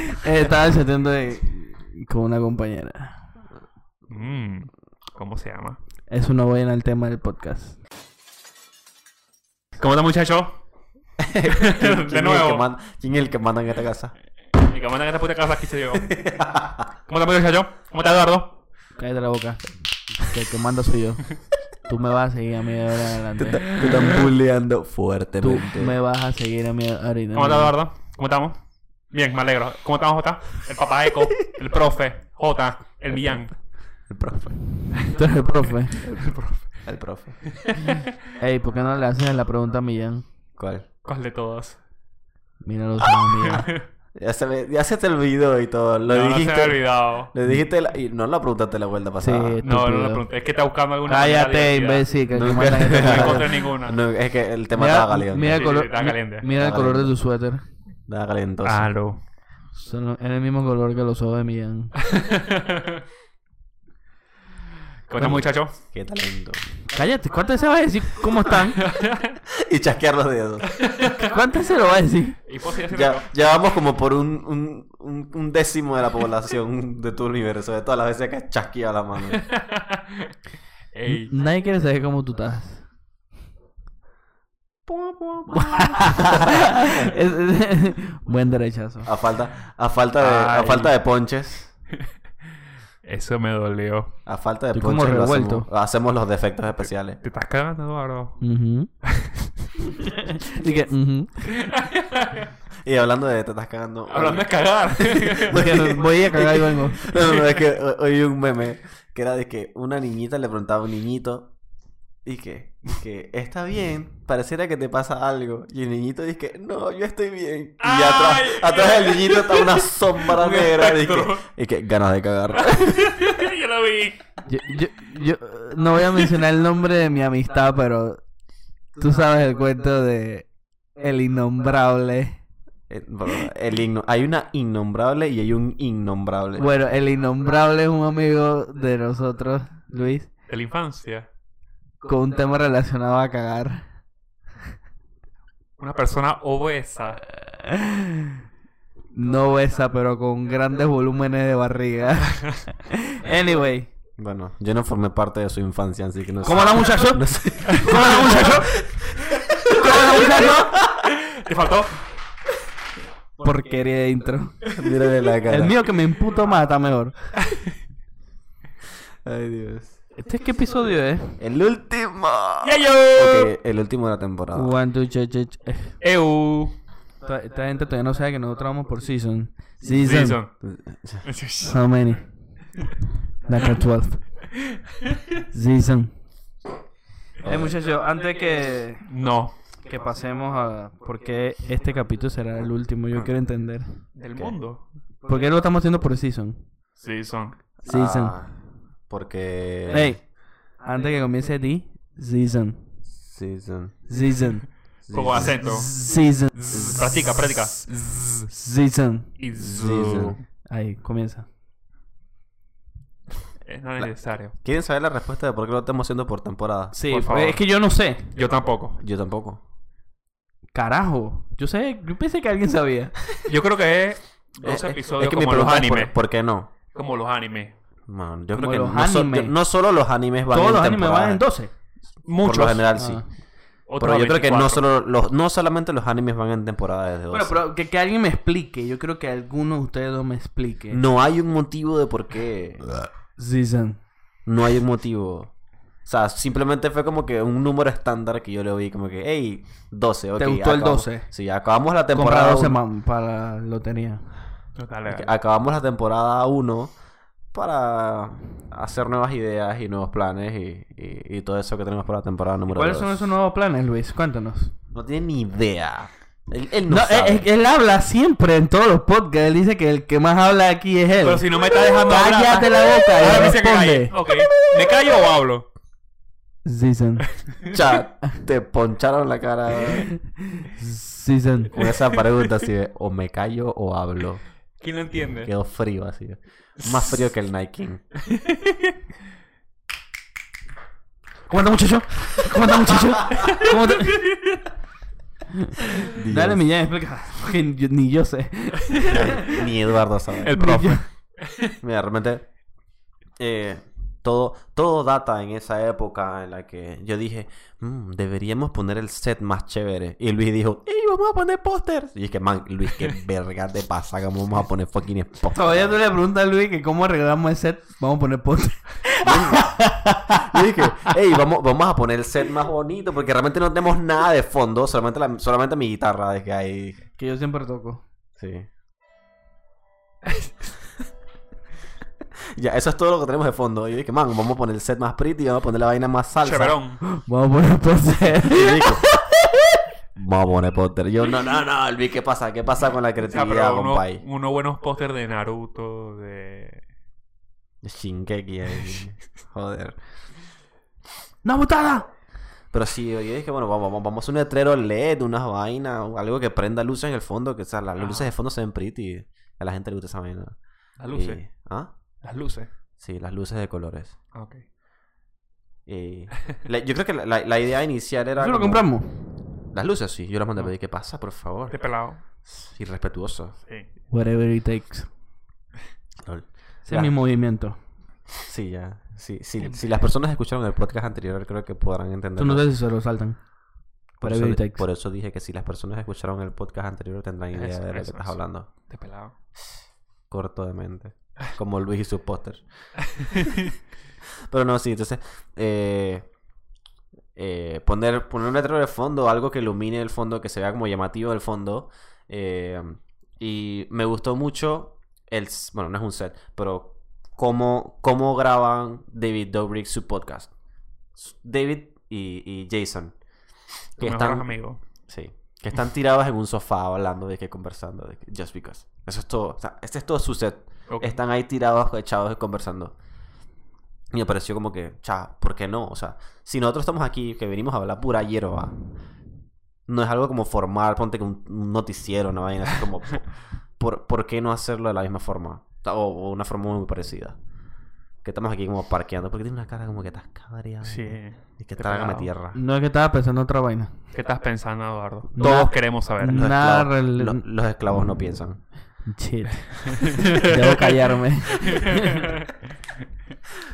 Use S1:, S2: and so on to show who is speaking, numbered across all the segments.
S1: Eh, estaba chateando de- con una compañera.
S2: Mm, ¿Cómo se llama?
S1: Eso no voy en el tema del podcast.
S2: ¿Cómo está, muchacho?
S3: ¿Quién,
S2: de
S3: quién Es el que
S2: nuevo.
S3: manda, ¿Quién es el que manda en esta casa?
S2: El que manda en esta puta casa aquí se llegó. ¿Cómo está, muchacho? ¿Cómo está, Eduardo?
S1: Cállate la boca. Que el que manda soy yo. Tú me vas a seguir a mí de ahora en
S3: Te,
S1: adelante.
S3: ta- te están bulleando
S1: Tú
S3: fuertemente.
S1: me vas a seguir a mí ahorita.
S2: ¿Cómo está, Eduardo? ¿Cómo estamos? Bien, me alegro. ¿Cómo estamos, Jota? El papá Eco, el profe, Jota, el Millán.
S3: El profe.
S1: Tú eres el profe.
S2: El profe.
S3: El profe.
S1: Ey, ¿por qué no le haces la pregunta a Millán?
S3: ¿Cuál?
S2: ¿Cuál de todos?
S1: Míralo, señor Millán.
S3: Ya se, me- ya se te olvidó y todo. Lo
S2: no, no
S3: dijiste.
S2: se me ha olvidado.
S3: Le dijiste la- y no la preguntaste la vuelta pasada.
S1: Sí.
S2: No, no
S1: Estúpido.
S2: lo pregunté. Es que está buscando alguna. manera de
S1: Cállate,
S2: identidad.
S1: imbécil. Que el que
S3: Nunca-
S1: manda es el que
S2: No
S1: manda.
S2: encontré ninguna.
S3: No, es que el tema estaba
S1: Mira,
S3: caliente.
S1: mira el
S2: Sí,
S1: color,
S2: sí, está
S1: mi-
S2: caliente.
S1: mira el
S3: Está
S1: color de
S3: caliente.
S1: tu suéter.
S3: Estaba calientoso.
S1: Ah.
S2: Aló.
S1: Son lo- es el mismo color que los ojos de Millán.
S2: ¿Cómo está, muchacho?
S3: Qué talento.
S1: Cállate, ¿cuántas veces vas a decir cómo están?
S3: y chasquear los dedos.
S1: ¿Cuántas se lo va a decir?
S2: ¿Y puedo seguir haciendo
S3: Ya, ya vamos como por un, un, un- un décimo de la población de tu universo, de todas las veces que has chasqueado la mano.
S2: esto? Ey.
S1: Nadie quiere saber cómo tú estás. Es- es- Buen derechazo.
S3: A falta, a falta de, a
S2: Ay.
S3: falta de ponches.
S2: Eso me dolió.
S3: A falta de
S1: Estoy
S3: ponches.
S1: como
S3: lo
S1: revuelto.
S3: Hacemos, hacemos los defectos especiales.
S2: ¿Te estás cagando, Eduardo?
S1: Ujú. Dije, ujú.
S3: Y hablando de te estás cagando.
S2: Hablando de cagar.
S1: Dije, voy a cagar y vengo.
S3: No, no, es que ho- oí un meme que era de que una niñita le preguntaba a un niñito y que, y que está bien, pareciera que te pasa algo. Y el niñito dice, no, yo estoy bien. Y atrás,
S2: ¡Ay!
S3: atrás del niñito está una sombra
S2: Un
S3: negra y que,
S2: espectro.
S3: y que ganas de cagar.
S2: Yo lo vi.
S1: Yo, yo, yo no voy a mencionar el nombre de mi amistad, pero tú sabes el cuento de El Innombrable.
S3: Eh, bueno, el igno- Hay una innombrable y hay un innombrable.
S1: Bueno, el innombrable es un amigo de nosotros, Luis,
S2: De la infancia.
S1: con un tema relacionado a cagar.
S2: Una persona obesa.
S1: No besa, pero con grandes volúmenes de barriga. Anyway.
S3: Bueno, yo no formé parte de su infancia, así que no sé.
S1: muchacho?
S3: No sé.
S1: ¿Cómo la muchacho? ¿Cómo la muchacho?
S2: ¿Te faltó?
S1: Porquería de intro.
S3: Mírale la cara.
S1: El mío que me imputo más está mejor.
S3: Ay, Dios.
S1: ¿Este qué episodio es?
S3: El último.
S2: ¡Ya yo!
S3: Ok, el último de la temporada.
S1: One, two, che, che, che.
S2: ¡Eu!
S1: Eh, Esta, esta gente todavía no sabe que nosotros vamos por season. Season.
S2: Season.
S3: Ah,
S1: How many? Like 12. Season. Eh, muchachos, antes que,
S2: No.
S1: que pasemos a por qué este capítulo será el último, yo quiero entender.
S2: Del
S3: ¿Qué?
S2: mundo.
S1: ¿Por qué lo estamos haciendo por season?
S2: Season.
S1: Season.
S3: Ah, porque.
S1: Hey, antes que comience di, season.
S3: Season.
S1: Season.
S2: Como acento.
S1: Season.
S2: Zzz. Practica, practica.
S1: Season.
S2: Y zu.
S3: Season.
S1: Ahí, comienza.
S2: Eh, No es necesario.
S3: ¿Quieren saber la respuesta de por qué lo estamos haciendo por temporada?
S1: Sí,
S2: Por favor.
S1: es que yo no sé.
S2: Yo tampoco.
S3: Yo tampoco.
S1: Carajo. Yo sé, yo pensé que alguien sabía.
S2: Yo creo que es
S3: Eh,
S2: 12
S3: eh,
S2: episodios
S3: es que mi
S2: como los
S3: pregunta es por-
S2: animes.
S3: ¿por, qué no?
S2: Como los animes.
S3: Man, yo
S1: Como
S3: creo
S1: los
S3: que no, so-
S1: animes.
S3: yo- no solo los animes van
S1: Todos
S3: en
S1: los animes
S3: temporada.
S1: van en 12.
S3: Por
S2: Muchos.
S3: lo general, sí.
S1: Ah.
S2: Otros
S3: Pero yo creo que no,
S2: 24.
S3: solo los, no solamente los animes van en temporada desde 12.
S1: Bueno, pero que, que alguien me explique. Yo creo que alguno de ustedes dos me explique.
S3: No hay un motivo de por qué.
S1: Season.
S3: No hay un motivo. O sea, simplemente fue como que un número estándar que yo le oí, como que, hey, 12, ok.
S1: ¿Te gustó el
S3: acabamos-
S1: 12?
S3: Sí, acabamos la
S1: Comprar
S3: temporada.
S1: 12
S3: uno.
S1: man para la lotería.
S2: Dale, dale.
S3: acabamos la temporada 1 para hacer nuevas ideas y nuevos planes y, y- y todo eso que tenemos para la temporada número 2.
S1: ¿Cuáles son esos nuevos planes, Luis? Cuéntanos.
S3: No tiene ni idea. Él, él no,
S1: No,
S3: sabe.
S1: él, él habla siempre en todos los podcasts. Él dice que el que más habla aquí es él.
S2: Pero si no me está dejando hablar.
S1: Cállate la boca y
S2: Ahora me dice que
S1: responde.
S2: calle. Ok. ¿Me callo o hablo?
S1: Season.
S3: Cha, te poncharon la cara eh,
S1: Season.
S3: con esa pregunta así de, o me callo o hablo.
S2: ¿Quién lo entiende?
S3: Quedó frío así. de, Más frío que el Nike.
S1: ¿Cómo está, muchacho? ¿Cómo está, muchacho? ¿Cómo está? Dale, Millán, explica. Porque yo- ni yo sé.
S3: Dios. Ni Eduardo sabe.
S2: El profe.
S3: Mira, realmente eh, todo, todo data en esa época en la que yo dije, "Mm, deberíamos poner el set más chévere. Y Luis dijo, ¡Ey, vamos a poner pósters! Y es que, man, Luis, qué verga te pasa, ¿cómo vamos a poner fucking pósters?
S1: Todavía tú le preguntas a Luis que cómo arreglamos el set. Vamos a poner póster.
S3: Yo dije, ¡Ey, vamos, vamos a poner el set más bonito! Porque realmente no tenemos nada de fondo, solamente, la- solamente mi guitarra. Es que ahí.
S1: Que yo siempre toco.
S3: Sí. ya, eso es todo lo que tenemos de fondo. Y yo dije, man, vamos a poner el set más pretty, vamos a poner la vaina más salsa.
S2: Cheverón.
S1: Vamos a poner póster.
S3: Y me dijo, Vamos a poner póster. Yo, no, no, no, Luis, ¿qué pasa? ¿Qué pasa con la
S2: O sea,
S3: creatividad,
S2: pero uno-
S3: compay?
S2: unos buenos pósters de Naruto, de...
S3: Shingeki ahí. Joder.
S1: ¡No, butada!
S3: Pero sí, yo dije, bueno, vamos, vamos, vamos a un letrero LED, unas vainas, o algo que prenda luces en el fondo, que o sea, las
S2: Ah.
S3: luces de fondo se ven pretty. A la gente le gusta esa vaina.
S2: Las luces.
S3: Y- ¿Ah?
S2: Las luces.
S3: Sí, las luces de colores.
S2: Ah, ok.
S3: Y la- yo creo que la, la- la idea inicial era.
S1: ¿Eso lo
S3: como-
S1: compramos?
S3: Las luces, sí. Yo las mandé a
S2: Ah.
S3: pedir. ¿Qué pasa, por
S2: Este
S3: favor?
S2: pelado.
S3: Irrespetuoso.
S2: Sí.
S1: Whatever it takes.
S3: Lol.
S1: Ese
S3: Ya.
S1: es mi movimiento.
S3: Sí, ya. Sí, sí, si las personas escucharon el podcast anterior, creo que podrán entender.
S1: Tú no sabes si se lo saltan.
S3: por,
S1: para
S3: eso,
S1: ver
S3: di-
S1: text.
S3: por eso dije que si las personas escucharon el podcast anterior, tendrán idea
S2: Eso,
S3: de lo
S2: eso,
S3: que estás
S2: eso.
S3: hablando.
S2: Este pelado.
S3: Corto de mente. Como Luis y sus pósters. Pero no, sí, entonces. eh, eh, poner, poner un letrero de fondo, algo que ilumine el fondo, que se vea como llamativo el fondo. Eh, y me gustó mucho el. s- Bueno, no es un set, pero cómo, cómo graban David Dobrik su podcast. S- David y, y Jason.
S2: Tus
S3: Que
S2: mejores
S3: están,
S2: amigos.
S3: sí, que están tirados en un sofá hablando de que conversando, de que just because. Eso es todo. O sea, este es todo su set.
S2: Ok.
S3: Están ahí tirados, echados, conversando. Y me pareció como que, cha, ¿por qué no? O sea, si nosotros estamos aquí, que venimos a hablar pura hierba, no es algo como formal, ponte que un, un noticiero, una vaina así como, po- por, ¿por qué no hacerlo de la misma forma? O, o una forma muy parecida. Que estamos aquí como parqueando, porque tiene una cara como que estás cabreado.
S2: Sí.
S3: Y
S2: Te
S3: que trágame
S2: pelado.
S3: tierra.
S1: No es que estaba pensando otra vaina.
S2: ¿Qué estás pensando, Eduardo?
S1: No.
S2: Todos queremos saber.
S1: No.
S3: Los
S1: Nada
S3: esclavos-
S1: rele-
S3: lo- los esclavos no piensan.
S1: Shit. Debo callarme.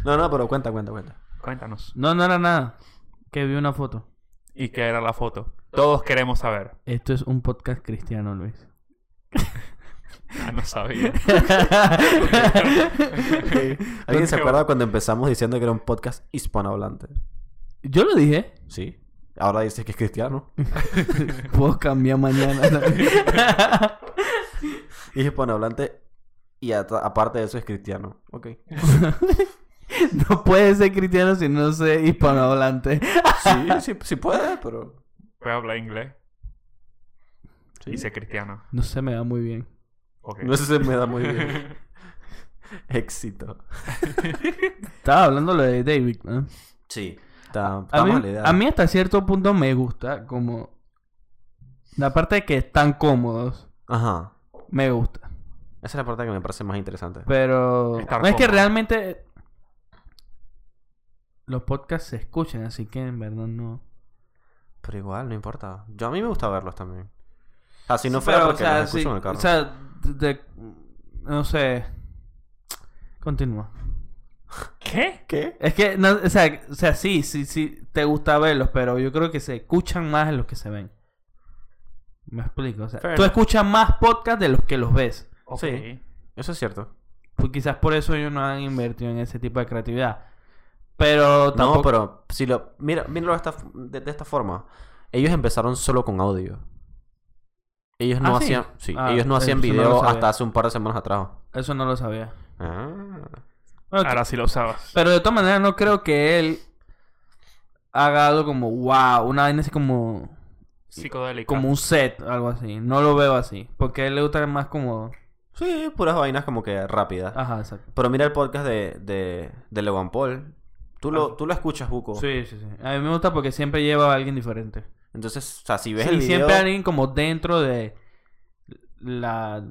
S3: No, no, pero cuenta, cuenta, cuenta.
S2: Cuéntanos.
S1: No, no era nada. Que vi una foto.
S2: ¿Y qué era la foto? Todos queremos saber.
S1: Esto es un podcast cristiano, Luis.
S2: Ah, no sabía.
S3: ¿Alguien se
S2: Continúa.
S3: acuerda cuando empezamos diciendo que era un podcast hispanohablante?
S1: Yo lo dije.
S3: Sí. Ahora dices que es cristiano.
S1: Puedo cambiar mañana.
S3: Y es hispanohablante y ata- aparte de eso es cristiano. Ok.
S1: No puede ser cristiano si no sé hispanohablante.
S3: Sí, sí, sí puede, pero...
S2: Voy a hablar inglés
S3: sí.
S2: y ser cristiano.
S1: No se me da muy bien.
S2: Ok.
S3: No sé si me da muy bien. Éxito.
S1: Estaba hablando lo de David, ¿no?
S3: Sí. Está, está
S1: A mí,
S3: mala idea.
S1: a mí hasta cierto punto me gusta como... La parte de que están cómodos,
S3: Ajá.
S1: me gusta.
S3: Esa es la parte que me parece más interesante.
S1: Pero...
S2: Estar
S1: no, es que
S2: cómodo.
S1: realmente... Los podcasts se escuchan, así que en verdad no...
S3: Pero igual, no importa. Yo a mí me gusta verlos también. O sea, si no
S1: Sí,
S3: fuera
S1: pero,
S3: porque los escucho
S1: sí,
S3: en el carro.
S1: O sea, de- no sé... Continúa.
S2: ¿Qué?
S3: ¿Qué?
S1: Es que, no, o, sea, o sea, sí, sí, sí, te gusta verlos, pero yo creo que se escuchan más de los que se ven. Me explico, o sea,
S2: Fair
S1: tú
S2: enough.
S1: escuchas más podcasts de los que los ves.
S2: Ok.
S3: Sí. Eso es cierto.
S1: Pues quizás por eso ellos no han invertido en ese tipo de creatividad. Pero tampoco...
S3: No, pero si lo... Mira, míralo de esta, de, de esta forma. Ellos empezaron solo con audio. Ellos no
S1: ¿Ah, sí?
S3: hacían... Sí,
S1: Ah,
S3: ellos no
S1: eso
S3: hacían
S1: no lo
S3: video
S1: sabía.
S3: hasta hace un par de semanas atrás.
S1: Eso no lo sabía.
S3: Ah.
S1: Bueno,
S2: Ahora sí lo usabas.
S1: Pero de todas maneras no creo que él haga algo como, wow, una vaina así como,
S2: Psicodélico.
S1: como un set, algo así. No lo veo así, porque a él le gusta más como...
S3: Sí, puras vainas como que rápidas.
S1: Ajá, exacto.
S3: Pero mira el podcast de, de, de Logan Paul. Tú lo,
S2: Ah.
S3: tú lo escuchas, Buco.
S1: Sí, sí, sí. A mí me gusta porque siempre lleva a alguien diferente.
S3: Entonces, o sea, si
S1: Y
S3: ves el video...
S1: siempre alguien como dentro de la...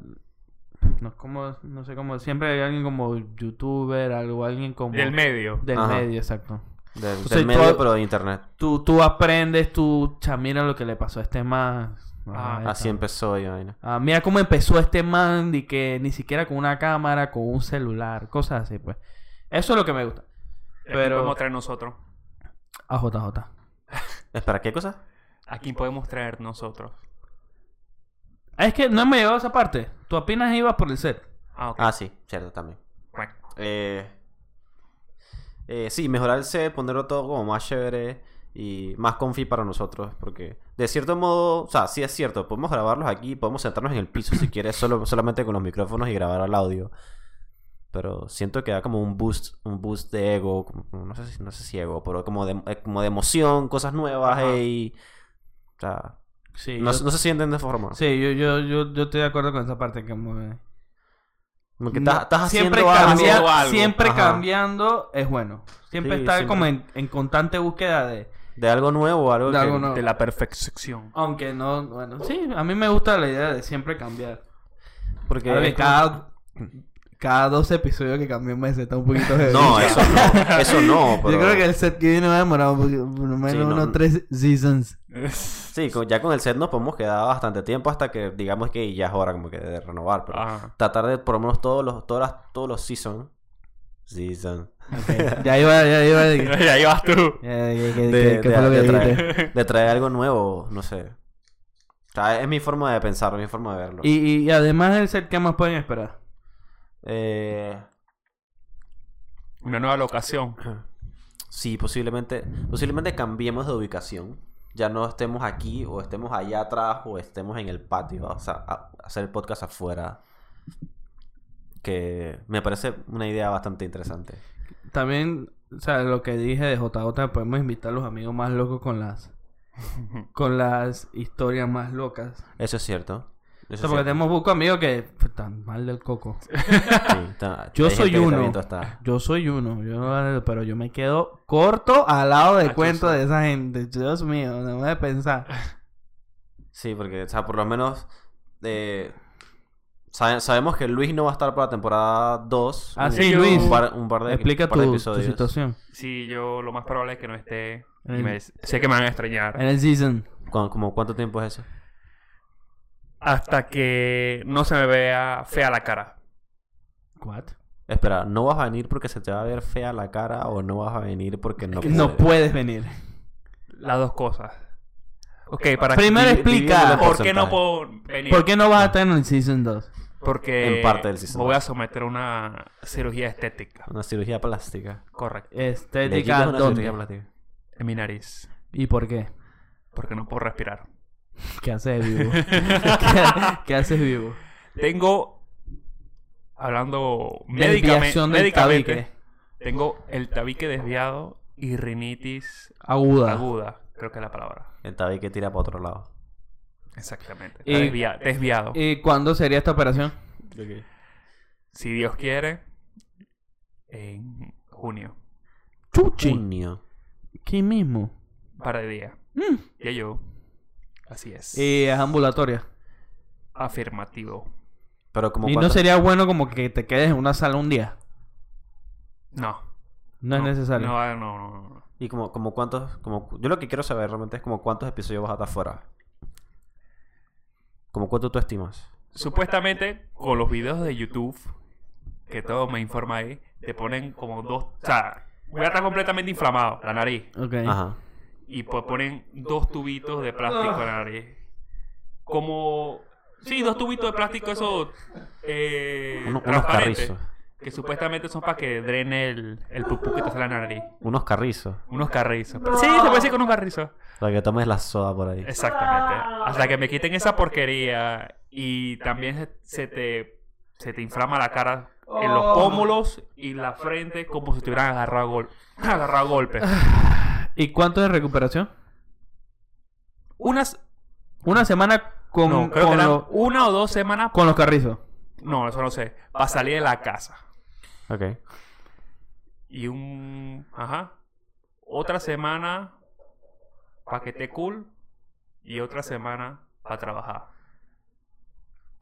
S1: No, como, no sé cómo... Siempre hay alguien como youtuber, algo, alguien como...
S2: Del medio.
S1: Del
S3: Ajá.
S1: medio, exacto.
S3: Del,
S1: Entonces,
S3: del
S1: tú-
S3: medio, pero de internet.
S1: Tú, tú aprendes, tú... Cha, mira lo que le pasó a este man.
S2: Ah,
S1: ahí
S3: Así
S1: está.
S3: empezó yo, vaina.
S1: Ah, mira cómo empezó este man y que ni siquiera con una cámara, con un celular, cosas así, pues. Eso es lo que me gusta.
S2: Pero...
S1: Pero-
S2: podemos traer nosotros?
S1: A JJ.
S3: Espera, ¿qué cosa?
S2: ¿A quién podemos traer nosotros?
S1: Ah, Es que no me llegó esa parte. Tú apenas ibas por el set.
S2: Ah, ok.
S3: Ah, sí, cierto, también.
S2: Bueno,
S3: Eh, eh, sí, mejorar el set, ponerlo todo como más chévere y más confi para nosotros. Porque, de cierto modo, o sea, sí es cierto, podemos grabarlos aquí, podemos sentarnos en el piso si quieres, solo, solamente con los micrófonos y grabar al audio. Pero siento que da como un boost, un boost de ego, como- no sé si, no sé si ego, pero como de, eh, como de emoción, cosas nuevas
S2: Ajá.
S3: y... O sea,
S1: Sí,
S3: no,
S1: yo,
S3: no se sienten de forma.
S1: sí yo, yo, yo, yo estoy de acuerdo con esa parte. Como, eh,
S3: Como que
S1: no-
S3: estás, estás
S1: siempre
S3: haciendo algo.
S1: cambia-
S2: haciendo algo.
S1: Siempre
S3: Ajá.
S1: cambiando es bueno. Siempre
S3: Sí,
S1: está
S3: siempre.
S1: como en, en constante búsqueda de...
S3: De algo nuevo, algo
S1: De
S3: que...
S1: algo nuevo.
S2: de la perfección.
S1: Aunque no, bueno, sí, a mí me gusta la idea de siempre cambiar.
S3: Porque
S2: Ah,
S1: Ahora que
S3: es como-
S1: cada, cada 12 episodios que cambió me está un poquito de...
S3: No, eso no, eso no, pero...
S1: Yo creo que el set que viene va a demorar un poquito, por lo menos
S3: Sí, no.
S1: unos tres seasons.
S3: Sí, con- ya con el set nos podemos quedar bastante tiempo hasta que digamos que ya es hora como que de renovar, pero
S2: Ajá.
S3: tratar de por lo menos todos los, todas las- todos los season. Season.
S1: Ya iba, ya iba.
S2: Y ahí vas tú.
S1: Ya, ya, ya,
S3: De,
S1: ¿qué- ¿Qué
S3: de-
S1: fue lo que
S3: de
S1: dijiste?
S3: traer, de traer algo nuevo, no sé. O sea, es mi forma de pensar, mi forma de verlo.
S1: Y, y además del set, ¿qué más pueden esperar?
S3: Eh,
S2: Una nueva locación.
S3: sí, posiblemente, posiblemente cambiemos de ubicación. Ya no estemos aquí o estemos allá atrás o estemos en el patio. O sea, a- hacer el podcast afuera. Que me parece una idea bastante interesante.
S1: También, o sea, lo que dije de JJ, podemos invitar a los amigos más locos con las con las historias más locas.
S3: Eso es cierto.
S1: O sea,
S3: Eso es
S1: porque
S3: cierto.
S1: tenemos buco amigos que pues, están mal del coco.
S3: Sí, está-
S1: Yo
S3: hay
S1: soy
S3: gente que
S1: uno.
S3: también todo está-
S1: Yo soy uno, yo no- pero yo me quedo corto al lado del
S2: Ah,
S1: cuento
S2: yo
S1: de esa gente. Dios mío, no me de pensar.
S3: Ah, Sí, porque, o sea, por lo menos eh, sabe- sabemos que Luis no va a estar para la temporada 2.
S1: Ah,
S3: un-
S1: sí,
S3: un
S1: Luis.
S3: par- un par de,
S1: Explica
S3: un par de
S1: tu, tu
S3: episodios.
S1: situación
S2: Sí, yo lo más probable es que no esté. y
S1: En-
S2: me- sé que me van a extrañar.
S1: en el season.
S3: ¿Cu- como ¿Cuánto tiempo es eso?
S2: Hasta que no se me vea fea la cara.
S1: What?
S3: Espera, ¿no vas a venir porque se te va a ver fea la cara o no vas a venir porque no
S1: Que No, puedes
S3: puedes?
S1: venir.
S2: Las dos cosas. Ok, para
S1: Primero
S3: divi-
S1: explica
S2: ¿Por
S3: divídelo
S2: qué no
S3: porcentaje.
S2: puedo venir?
S1: por qué no vas a estar en el season 2.
S2: Porque
S3: En parte del sistema.
S2: me voy a someter a una cirugía estética.
S3: Una cirugía plástica.
S2: Correcto.
S3: Legit
S1: Estética
S3: es una cirugía
S1: ¿dónde?
S3: plástica.
S2: En mi nariz.
S1: Este, ¿Y por qué?
S2: Porque no puedo respirar.
S1: ¿Qué haces vivo? ¿Qué, qué haces vivo?
S2: Tengo. Hablando médicamente,
S1: Desviación del
S2: médicamente,
S1: tabique.
S2: Tengo el tabique desviado y rinitis
S1: Aguda.
S2: aguda. Creo que es la palabra.
S3: El tabique tira para otro lado.
S2: Exactamente.
S1: Y-
S2: Desvia- desviado.
S1: ¿Y cuándo sería esta operación?
S2: si Dios quiere, en junio.
S1: Chuchi.
S3: Junio.
S1: ¿Qué mismo?
S2: Para de día.
S1: Mm.
S2: Ya yo. Así es.
S1: Y es ambulatoria.
S2: Afirmativo.
S3: Pero como
S1: Y
S3: cuánto-
S1: no sería bueno como que te quedes en una sala un día.
S2: No.
S1: No, es necesario.
S2: No, no, no. no, no.
S3: y como, como cuántos, como yo lo que quiero saber realmente es como cuántos episodios vas a estar fuera. Como cuánto tú estimas.
S2: Supuestamente, con los videos de YouTube, que todo me informa ahí, te ponen como dos. O sea, voy a estar completamente inflamado, la nariz.
S1: Ok.
S3: Ajá.
S2: Y pues ponen dos tubitos de plástico en la nariz. Como. Sí, dos tubitos de plástico, eso. Eh,
S3: Uno- unos
S2: transparentes,
S3: carrizos.
S2: Que supuestamente son para que drene el, el pupú que te sale en la nariz.
S3: Unos carrizos.
S2: Unos carrizos. Pero sí, te parece con unos carrizos.
S3: Para que tomes la soda por ahí.
S2: Exactamente. Hasta que me quiten esa porquería y también se, se te se te inflama la cara en los pómulos y la frente como si te hubieran agarrado, a gol agarrado a golpes.
S1: Ah. ¿Y cuánto de recuperación?
S2: Unas
S1: Una semana con,
S2: no, creo que
S1: con,
S2: eran
S1: lo-
S2: una o dos semanas.
S1: con los carrizos.
S2: No, eso no sé. Para salir de la casa.
S3: Ok.
S2: Y un ajá. Otra semana para que te cool y otra semana para trabajar.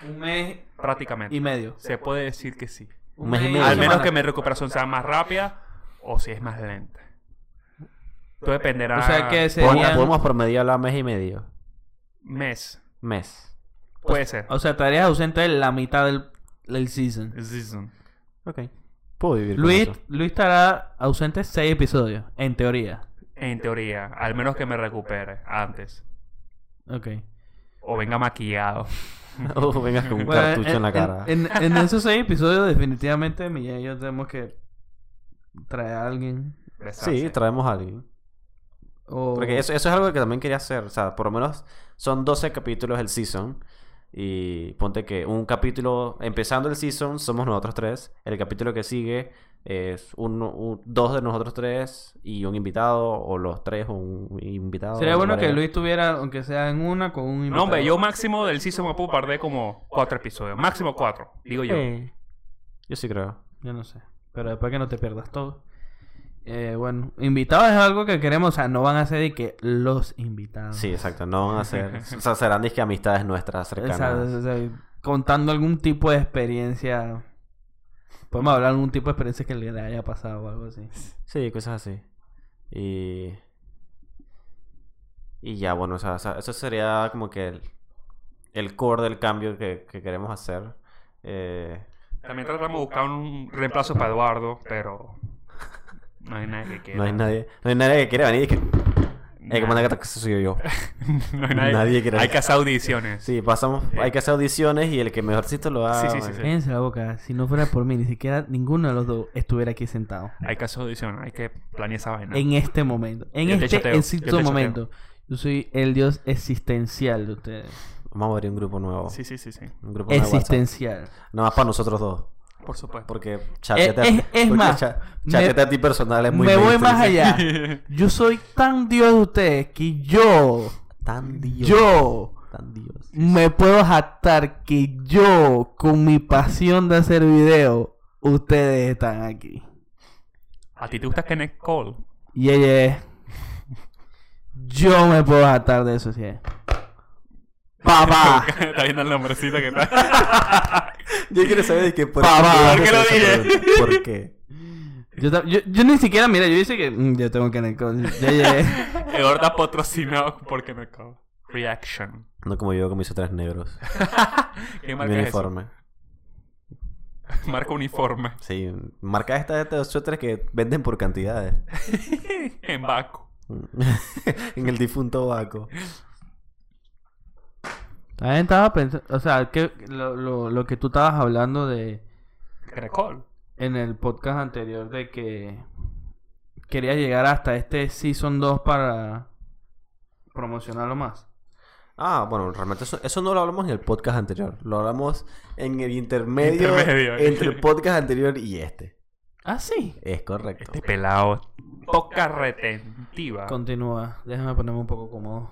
S1: Un mes
S2: Prácticamente.
S1: y medio.
S2: Se puede decir que sí.
S3: Un mes y medio.
S2: Al menos
S1: semana.
S2: que mi recuperación sea más rápida o si es más lenta. Tú dependerás.
S1: O sea que
S3: Podemos-
S1: serían...
S3: Podemos promediarlo a mes y medio.
S2: Mes.
S3: Mes.
S2: Puede ser.
S1: O sea, estarías ausente la mitad del, del season.
S2: Season.
S3: Ok. Puedo vivir con
S1: Luis,
S3: eso.
S1: Luis estará ausente seis episodios, en teoría.
S2: En teoría. Al menos que me recupere antes.
S1: Ok.
S2: O venga maquillado.
S3: Uh, vengas con un
S1: Bueno,
S3: cartucho en, la cara.
S1: En, en esos seis episodios, definitivamente, Miguel y yo tenemos que traer a alguien.
S2: Besarse.
S3: Ah, Sí, traemos a alguien.
S1: O...
S3: Porque eso, eso es algo que también quería hacer. O sea, por lo menos son 12 capítulos el season. Y ponte que un capítulo, empezando el season, somos nosotros tres. El capítulo que sigue es uno, un- dos de nosotros tres y un invitado, o los tres, o un invitado.
S1: Sería bueno que
S3: whatever.
S1: Luis tuviera, aunque sea en una, con un
S2: No,
S1: invitado.
S2: hombre, yo máximo del season me puedo perder como cuatro episodios. Máximo cuatro, digo yo.
S3: Eh, yo sí creo.
S1: Yo no sé. Pero después que no te pierdas todo. Eh, bueno, invitados es algo que queremos. O sea, no van a ser de que los invitados.
S3: Sí, exacto. No van a ser. o sea, serán disque amistades nuestras cercanas.
S1: Exacto, o sea, contando algún tipo de experiencia. Podemos hablar de algún tipo de experiencia que le haya pasado o algo así.
S3: Sí, cosas así. Y. Y ya, bueno, o sea, o sea, eso sería como que el, el core del cambio que, que queremos hacer. Eh,
S2: También tratamos de buscar un reemplazo para Eduardo, pero no hay nadie que quiera.
S3: no hay nadie, no hay nadie que quiera venir y que. Eh, que
S2: Nadie.
S3: manda que soy yo.
S2: No hay nadie.
S3: nadie quiere-
S2: Hay que hacer audiciones.
S3: Sí, pasamos, hay que hacer audiciones y el que mejorcito lo haga.
S2: Sí, sí, sí,
S3: bueno.
S2: sí.
S1: Cállense la boca. Si no fuera por mí, ni siquiera ninguno de los dos estuviera aquí sentado.
S2: Hay que hacer audiciones, hay que planear esa vaina.
S1: En este momento. En
S2: Yo te
S1: este
S2: choteo, yo
S1: exacto
S2: te choteo.
S1: momento. Yo soy el dios existencial de ustedes.
S3: Vamos a abrir un grupo nuevo.
S2: Sí, sí, sí, sí.
S3: Un grupo nuevo. de WhatsApp.
S1: Existencial.
S3: Nada más para nosotros dos.
S2: Por supuesto.
S3: Porque chateate, a-
S1: Eh, es- es
S3: porque
S1: más,
S3: cha-
S1: me-
S3: chateate a ti personal es muy
S1: Me voy
S3: mainstream.
S1: más allá. Yo soy tan dios de ustedes que yo,
S3: Tan Dios.
S1: yo
S3: Tan Dios.
S1: me puedo jactar que yo, con mi pasión de hacer video, ustedes están aquí.
S2: ¿A ti te gusta Kenneth Cole?
S1: Y ella es. Yo me puedo jactar de eso, sí. Papá.
S2: Está viendo el nombrecito que está.
S3: Yo quiero saber de qué por
S1: Papá,
S3: qué
S2: ¿por qué
S3: tú
S2: lo
S3: haces esa
S2: dije?
S3: pregunta. ¿Por qué?
S1: Yo, ta- yo- yo ni siquiera, mira, yo dice que. mm, yo tengo que en el co- Ya
S3: Eh.
S1: llegué.
S2: Eduardo está patrocinado por Kenneth Cole. Reaction.
S3: No como yo, como hizo tres negros.
S2: ¿Qué
S3: Mi
S2: marca es eso?
S3: uniforme.
S2: Marca uniforme.
S3: Sí, marca esta de estos suéteres que venden por cantidades.
S2: en Baco.
S3: en el difunto Baco.
S1: También estaba pensando. O sea, que lo, lo- lo que tú estabas hablando de.
S2: Kenneth Cole.
S1: En el podcast anterior de que. Quería llegar hasta este Season 2 para. Promocionarlo más.
S3: Ah, bueno, realmente eso, eso no lo hablamos en el podcast anterior. Lo hablamos en el intermedio,
S2: Intermedio.
S3: entre el podcast anterior y este.
S1: Ah, sí.
S3: Es correcto.
S2: Este pelado. Poca retentiva.
S1: Continúa. Déjame ponerme un poco cómodo.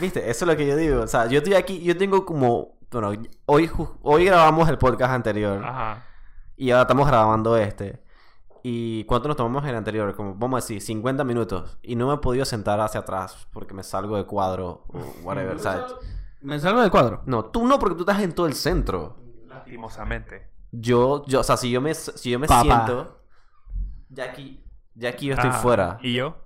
S3: Viste, eso es lo que yo digo. O sea, yo estoy aquí, yo tengo como... Bueno, hoy, ju- hoy grabamos el podcast anterior.
S2: Ajá.
S3: Y ahora estamos grabando este. ¿Y cuánto nos tomamos en el anterior? Como vamos a decir, 50 minutos. Y no me he podido sentar hacia atrás porque me salgo de cuadro o whatever. ¿sabes?
S1: Me salgo del cuadro.
S3: No, tú no, porque tú estás en todo el centro.
S2: Lastimosamente.
S3: Yo, yo o sea, si yo me, si yo me
S1: Papá.
S3: siento. Ya aquí, ya aquí yo estoy
S2: Ajá.
S3: fuera.
S2: Ah, ¿Y yo?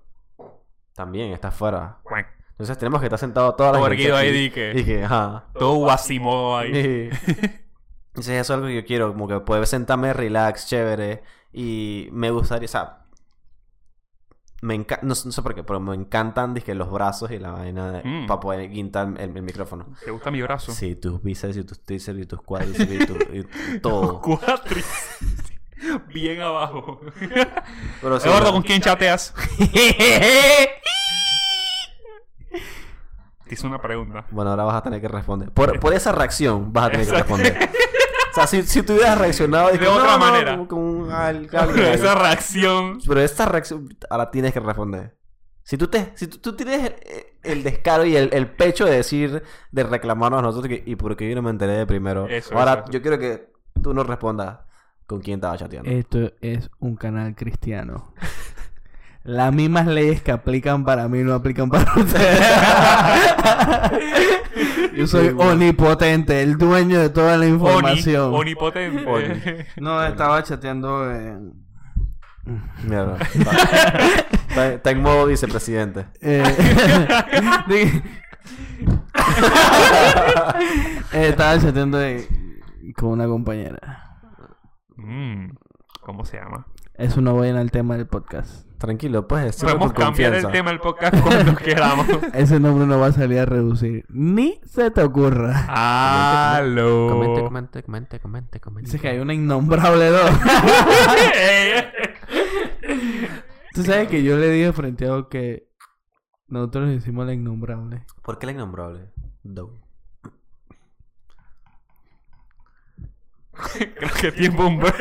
S3: También estás fuera.
S2: Cuac.
S3: Entonces tenemos que estar sentados todas las
S2: Orguido ahí,
S3: aquí.
S2: dique.
S3: Dique, ajá.
S2: Todo guasimo ahí.
S3: Sí. Entonces eso es algo que yo quiero, como que poder sentarme relax, chévere. Y me gustaría, o sea, me encanta, no, sé- no sé por qué, pero me encantan dizque, los brazos y la vaina de,
S2: Mm.
S3: para poder guintar el, el micrófono.
S2: ¿Te gusta mi brazo?
S3: Sí, tus bíceps y tus tríceps y tus cuádriceps y, tu, y todo.
S2: Cuatris. Bien abajo.
S3: Pero sí,
S2: Eduardo,
S3: no.
S2: ¿con quién chateas? Te hice una pregunta.
S3: Bueno, ahora vas a tener que responder. Por, por esa reacción vas a tener que responder. O sea, si, si tú hubieras reaccionado
S2: De otra manera.
S3: como que un- al- alguien-
S2: Esa reacción.
S3: Pero esta reacción ahora tienes que responder. Si tú, te, si tú, tú tienes el, el descaro y el, el pecho de decir, de reclamarnos a nosotros, que, y porque yo no me enteré de primero.
S2: Eso,
S3: ahora,
S2: eso, eso.
S3: yo quiero que tú nos respondas con quién estaba chateando.
S1: Esto es un canal cristiano. Las mismas leyes que aplican para mí no aplican para ustedes. Yo soy
S3: Muy bueno.
S1: omnipotente, el dueño de toda la
S2: Oni-
S1: información.
S2: Onipotente.
S3: Oni.
S1: No, estaba chateando en,
S3: Mierda. Va. Está, está en modo vicepresidente.
S1: Eh, de- Eh, estaba chateando de- con una compañera.
S2: Mm, ¿Cómo se llama?
S1: Eso no voy en el tema del podcast.
S3: Tranquilo, pues, puedes decirlo
S2: Podemos
S3: con
S2: cambiar
S3: confianza.
S2: el tema del podcast cuando queramos.
S1: Ese nombre no va a salir a reducir. Ni se te ocurra.
S2: ¡Aló!
S3: Comente, comente, comente, comente, comente.
S1: Dices que hay una innombrable dos. Tú sabes que yo le dije a Frenteado que nosotros le hicimos la innombrable.
S3: ¿Por qué la innombrable? Do.
S2: Creo que tiempo un
S1: Te-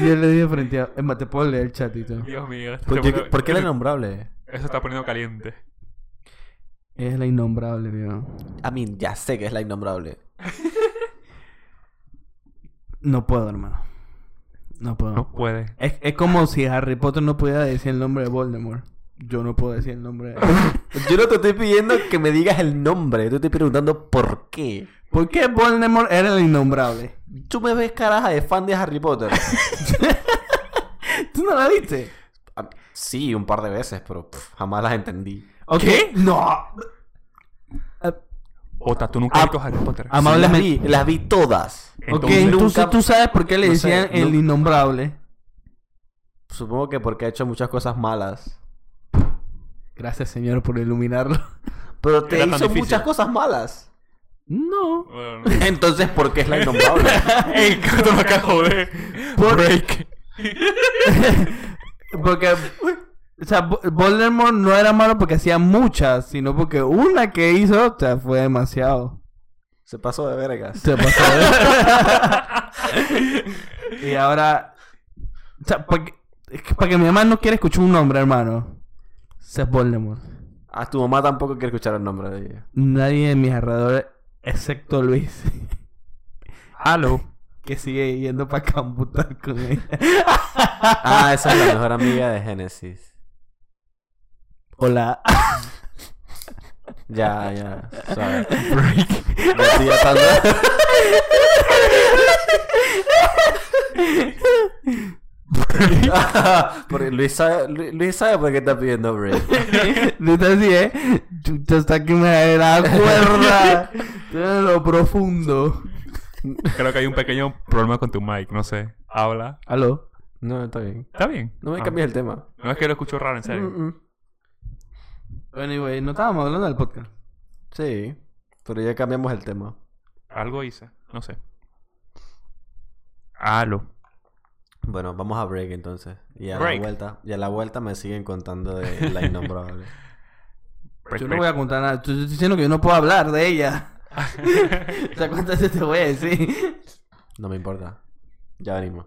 S1: Yo le dije a Frenteado. Es más, te puedo leer el chatito.
S2: Dios mío. este esto
S3: ¿Por
S2: se
S3: qué,
S2: pone-
S3: por qué la innombrable?
S2: Eso está poniendo caliente.
S1: Es la innombrable, tío.
S3: A mí ya sé que es la innombrable.
S1: No puedo, hermano. No puedo.
S2: No puede.
S1: Es, es como si Harry Potter no pudiera decir el nombre de Voldemort. Yo no puedo decir el nombre de...
S3: Yo no te estoy pidiendo que me digas el nombre, yo te estoy preguntando por qué.
S1: ¿Por qué Voldemort era el innombrable?
S3: Tú me ves caraja de fan de Harry Potter.
S1: ¿Tú no la viste?
S3: Ah, sí, un par de veces, pero pff, jamás las entendí.
S1: ¿Qué? ¡No!
S2: Ota, tú nunca has visto Harry Potter.
S1: ah,
S3: Amablemente.
S1: Amablemente-
S3: las, vi, las vi todas.
S1: Ok,
S2: Entonces,
S1: tú,
S3: nunca-
S1: tú sabes por qué le
S3: no sé,
S1: decían el
S3: nunca-
S1: innombrable.
S3: Supongo que porque ha hecho muchas cosas malas.
S1: Gracias, señor, por iluminarlo.
S3: Pero te
S2: Era tan
S3: hizo
S2: difícil.
S3: muchas cosas malas.
S1: No.
S2: Bueno,
S3: Entonces, ¿por qué es la innombrable?
S2: ¡Ey! ¿Cuánto me acabo de...?
S1: Por-
S2: Break.
S1: Porque... O sea, Vo- Voldemort no era malo porque hacía muchas, sino porque una que hizo, o sea, fue demasiado.
S3: Se pasó de vergas.
S1: Se pasó de- y ahora. O sea, para que, es que pa' que mi mamá no quiere escuchar un nombre, hermano. Ese es Voldemort.
S3: A Ah, tu mamá tampoco quiere escuchar el nombre de ella.
S1: Nadie de mis alrededores, excepto Luis,
S2: ¡Aló!
S1: que sigue yendo para camputar con ella.
S3: Ah, esa es la mejor amiga de Génesis.
S1: Hola.
S3: Ya, ya. Suave. Ya estoy atando- Porque Luis sabe, Lu- Luis sabe por qué está pidiendo break.
S1: Luis así, eh. Chucha, hasta que me de la cuerda. De lo profundo.
S2: Creo que hay un pequeño problema con tu mic, no sé. Habla.
S1: Aló.
S3: No, está bien.
S2: Está bien.
S3: No me
S2: Ah.
S3: cambies el tema.
S2: No es que lo escucho raro, en serio.
S3: Mm, mm.
S1: Bueno, anyway, no estábamos hablando del podcast.
S3: Sí, pero ya cambiamos el tema.
S2: Algo hice. No sé. Aló.
S3: Bueno, vamos a break entonces. Y a
S2: Break.
S3: la vuelta, y a la vuelta me siguen contando de la innombrable.
S2: Break,
S3: Pues
S1: Yo no
S2: break.
S1: voy a contar nada. Tú estás diciendo que yo no puedo hablar de ella. o sea, ¿cuántas veces te voy a decir?
S3: No me importa. Ya venimos.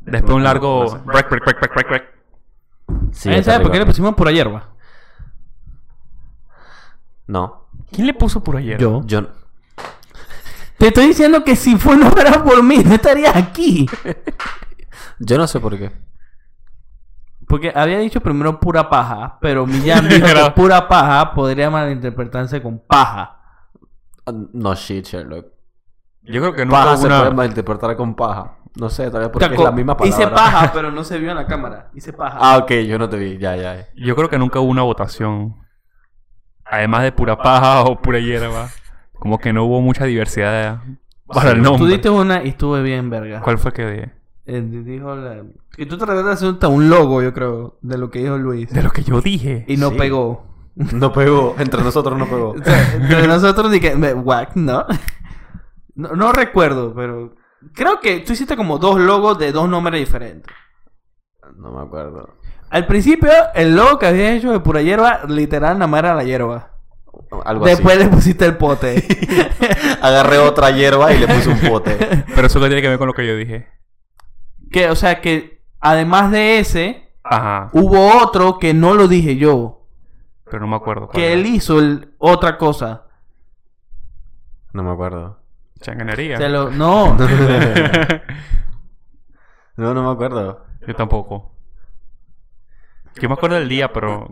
S2: Después de un largo... Break, break, break, break, break, break.
S3: Sí,
S4: ¿Alguien sabe por qué le pusimos pura hierba?
S3: No,
S2: ¿Quién le puso pura hierba?
S4: Yo.
S3: yo...
S1: Te estoy diciendo que si fue no fuera por mí, no estarías aquí.
S3: yo no sé por qué.
S4: Porque había dicho primero pura paja, pero Millán dijo que
S2: Pero-
S4: pura paja podría malinterpretarse con paja.
S3: Ah, No shit, Sherlock.
S2: Yo creo que nunca
S3: Paja
S2: hubo
S3: se
S2: una-
S3: puede malinterpretar con paja. No sé, tal vez porque
S4: Taco,
S3: es la misma palabra.
S4: Hice paja, pero no se vio en la cámara. Hice paja.
S3: Ah, ok, yo no te vi. Ya, ya. ya.
S2: Yo creo que nunca hubo una votación. Además de pura paja o pura hierba. Como que no hubo mucha diversidad de- para el
S4: Tú
S2: nombre.
S4: diste una y estuve bien, verga.
S2: ¿Cuál fue que dije?
S4: Eh, dijo la... Y tú trataste de hacer hasta un logo, yo creo, de lo que dijo Luis.
S2: De lo que yo dije.
S4: Y no
S3: Sí.
S4: pegó.
S3: No pegó. Entre nosotros no pegó.
S4: O sea, Entre nosotros dije, me- guac, ¿no? ¿no? No recuerdo, pero... Creo que tú hiciste como dos logos de dos nombres diferentes.
S3: No me acuerdo.
S4: Al principio, el logo que habías hecho de pura hierba, literal, nada más era la hierba.
S3: Algo
S4: Después
S3: así.
S4: le pusiste el pote.
S3: Agarré otra hierba y le puse un pote.
S2: Pero eso que tiene que ver con lo que yo dije.
S4: que, o sea, que además de ese,
S2: Ajá.
S4: hubo otro que no lo dije yo.
S2: Pero no me acuerdo. cuál
S4: Que
S2: era.
S4: él hizo el- otra cosa.
S3: No me acuerdo.
S2: Changanería.
S4: Se lo- no,
S3: No, no me acuerdo.
S2: yo tampoco. Yo me acuerdo del día, pero.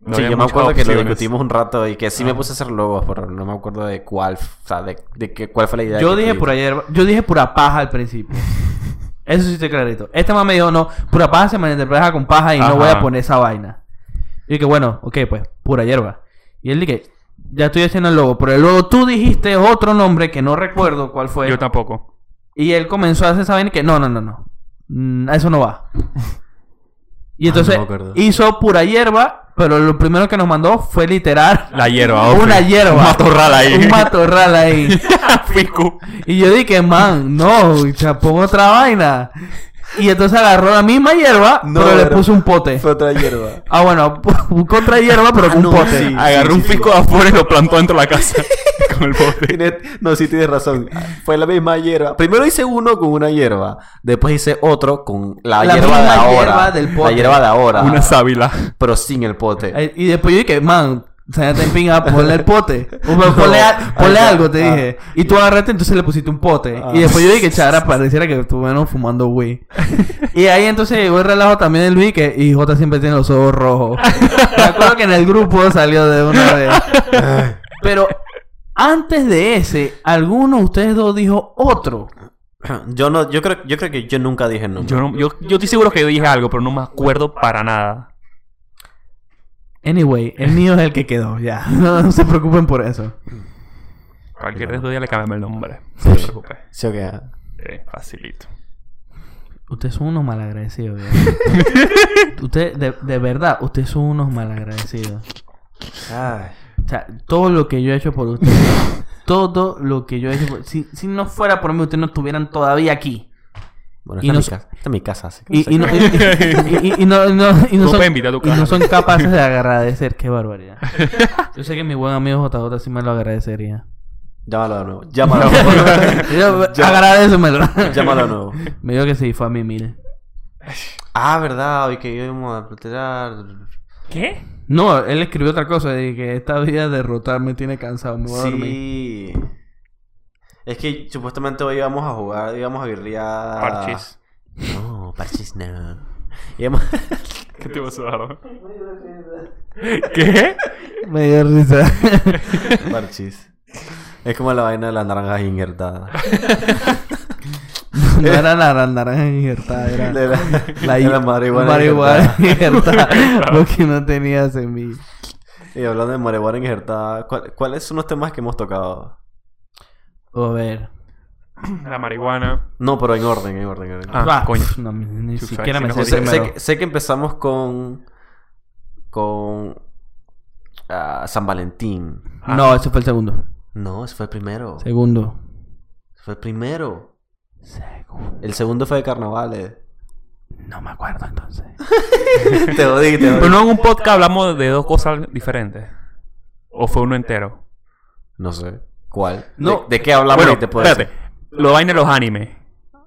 S2: no
S3: sí,
S2: había
S3: yo me
S2: muchas
S3: acuerdo que lo
S2: opciones.
S3: discutimos un rato y que sí
S1: Ah.
S3: me puse a hacer logos, pero no me acuerdo de cuál, o sea, de, de qué, cuál fue la idea.
S1: Yo
S3: que
S1: dije
S3: tuviste.
S1: pura hierba, yo dije pura paja al principio. Eso sí estoy clarito. Este más me dijo, no, pura paja se malinterpreta con paja y
S2: Ajá.
S1: no voy a poner esa vaina. Y dije, bueno, ok, pues, pura hierba. Y él dije, ya estoy haciendo el logo, pero luego tú dijiste otro nombre que no recuerdo cuál fue.
S2: Yo tampoco.
S1: Y él comenzó a hacer esa vaina y que, no, no, no, no. Mm, eso no va. Y
S3: Ah,
S1: entonces
S3: no me acuerdo.
S1: hizo pura hierba, pero lo primero que nos mandó fue literal
S2: La hierba,
S1: una
S2: Ofi.
S1: hierba.
S2: Un matorral ahí.
S1: Un matorral ahí.
S2: Ficu.
S1: Y yo dije, man, no, ya pongo otra vaina. Y entonces agarró la misma hierba,
S3: No,
S1: pero le
S3: pero-
S1: puso un pote.
S3: Fue otra hierba.
S1: Ah, bueno, buscó otra hierba, pero
S3: Ah,
S1: con
S3: no,
S1: un pote.
S3: sí.
S2: Agarró un
S3: sí, sí.
S2: pico de afuera y lo plantó dentro de la casa. con el bote.
S3: Tienes- no, sí tienes razón. Fue la misma hierba. Primero hice uno con una hierba. Después hice otro con la,
S1: La
S3: hierba de
S1: misma
S3: ahora.
S1: hierba del
S3: La
S1: pote.
S3: hierba de ahora.
S2: Una sábila.
S3: Pero sin el pote.
S1: Eh, Y después yo dije, man, sáñate en pinga, ponle el pote. O,
S3: No,
S1: ponle a- ponle
S3: ah,
S1: algo, te
S3: ah.
S1: dije. Y tú agarraste, entonces le pusiste un pote.
S3: Ah.
S1: Y después yo dije, chara, pareciera que estuvieron fumando güey. y ahí entonces llegó el relajo también de Luis, que y J siempre tiene los ojos rojos. Me acuerdo que en el grupo salió de una vez. Pero antes de ese, alguno de ustedes dos dijo otro.
S3: Yo no, yo creo, yo creo que yo nunca dije no.
S2: Yo, no- yo, yo estoy seguro que yo dije algo, pero no me acuerdo para nada.
S1: Anyway, el mío es el que quedó, ya. No, no se preocupen por eso.
S2: Cualquier otro día le cambiamos el nombre. No te preocupes.
S3: Sí, ok.
S2: Eh, facilito.
S1: Ustedes son unos malagradecidos, ¿verdad? Ustedes, de, de verdad, ustedes son unos malagradecidos.
S3: Ay.
S1: O sea, todo lo que yo he hecho por ustedes, todo lo que yo he hecho por... Si, si no fuera por mí, ustedes no estuvieran todavía aquí.
S3: Bueno,
S1: Y
S3: esta,
S1: no
S3: es
S1: so-
S3: mi casa, esta es mi casa. así que
S1: Y, y no,
S3: sé
S1: y, y- y- y no, y no, y no
S2: Tú
S1: son,
S2: puedes invitar a tu
S1: y no
S2: casa.
S1: son capaces de agradecer. Qué barbaridad. Yo sé que mi buen amigo JJ sí me lo agradecería.
S3: qué. Llámalo de nuevo. Llámalo de nuevo.
S1: Yo,
S3: Ya.
S1: agradecemelo.
S3: Llámalo de nuevo.
S1: Me dijo que sí, fue a mi mil.
S3: Ah, verdad, hoy que íbamos a plantear.
S2: ¿Qué?
S1: No, él escribió otra cosa. de que esta vida de rotar me tiene cansado. Me voy a dormir.
S3: Sí. Es que supuestamente hoy íbamos a jugar, íbamos a birrear.
S2: Parches.
S3: No, parches no. Íbamos...
S2: ¿Qué te pasó, Aaron? ¿Qué?
S1: Me dio risa.
S3: parches. Es como la vaina de las naranjas injertadas.
S1: no era la naranja injertada, era
S3: De la,
S1: la
S3: de la marihuana.
S1: marihuana
S3: injertada.
S1: injertada. porque no tenía semilla.
S3: Y hablando de marihuana injertada, ¿cuál- ¿cuáles son los temas que hemos tocado?
S1: A ver.
S2: La marihuana.
S3: No, pero en orden, en orden. en orden.
S2: Ah, coño.
S1: No, ni
S2: Chufa,
S1: siquiera
S2: si
S1: me
S2: no
S1: sé
S2: jodí.
S3: sé, sé
S1: primero.
S3: que, sé que empezamos con. con. ah, San Valentín.
S2: Ah.
S1: No, ese fue el segundo.
S3: No, ese fue el primero.
S1: Segundo.
S3: Fue el primero.
S1: Segundo.
S3: El segundo fue de eh. carnavales.
S1: No me acuerdo entonces.
S3: te jodí, te jodí.
S2: Pero no en un podcast hablamos de dos cosas diferentes. ¿O fue uno entero?
S3: No sé. ¿Cuál?
S1: No.
S3: ¿De, de qué hablamos?
S2: Bueno,
S3: y te puedo decir?
S2: espérate. Lo vaina de los animes.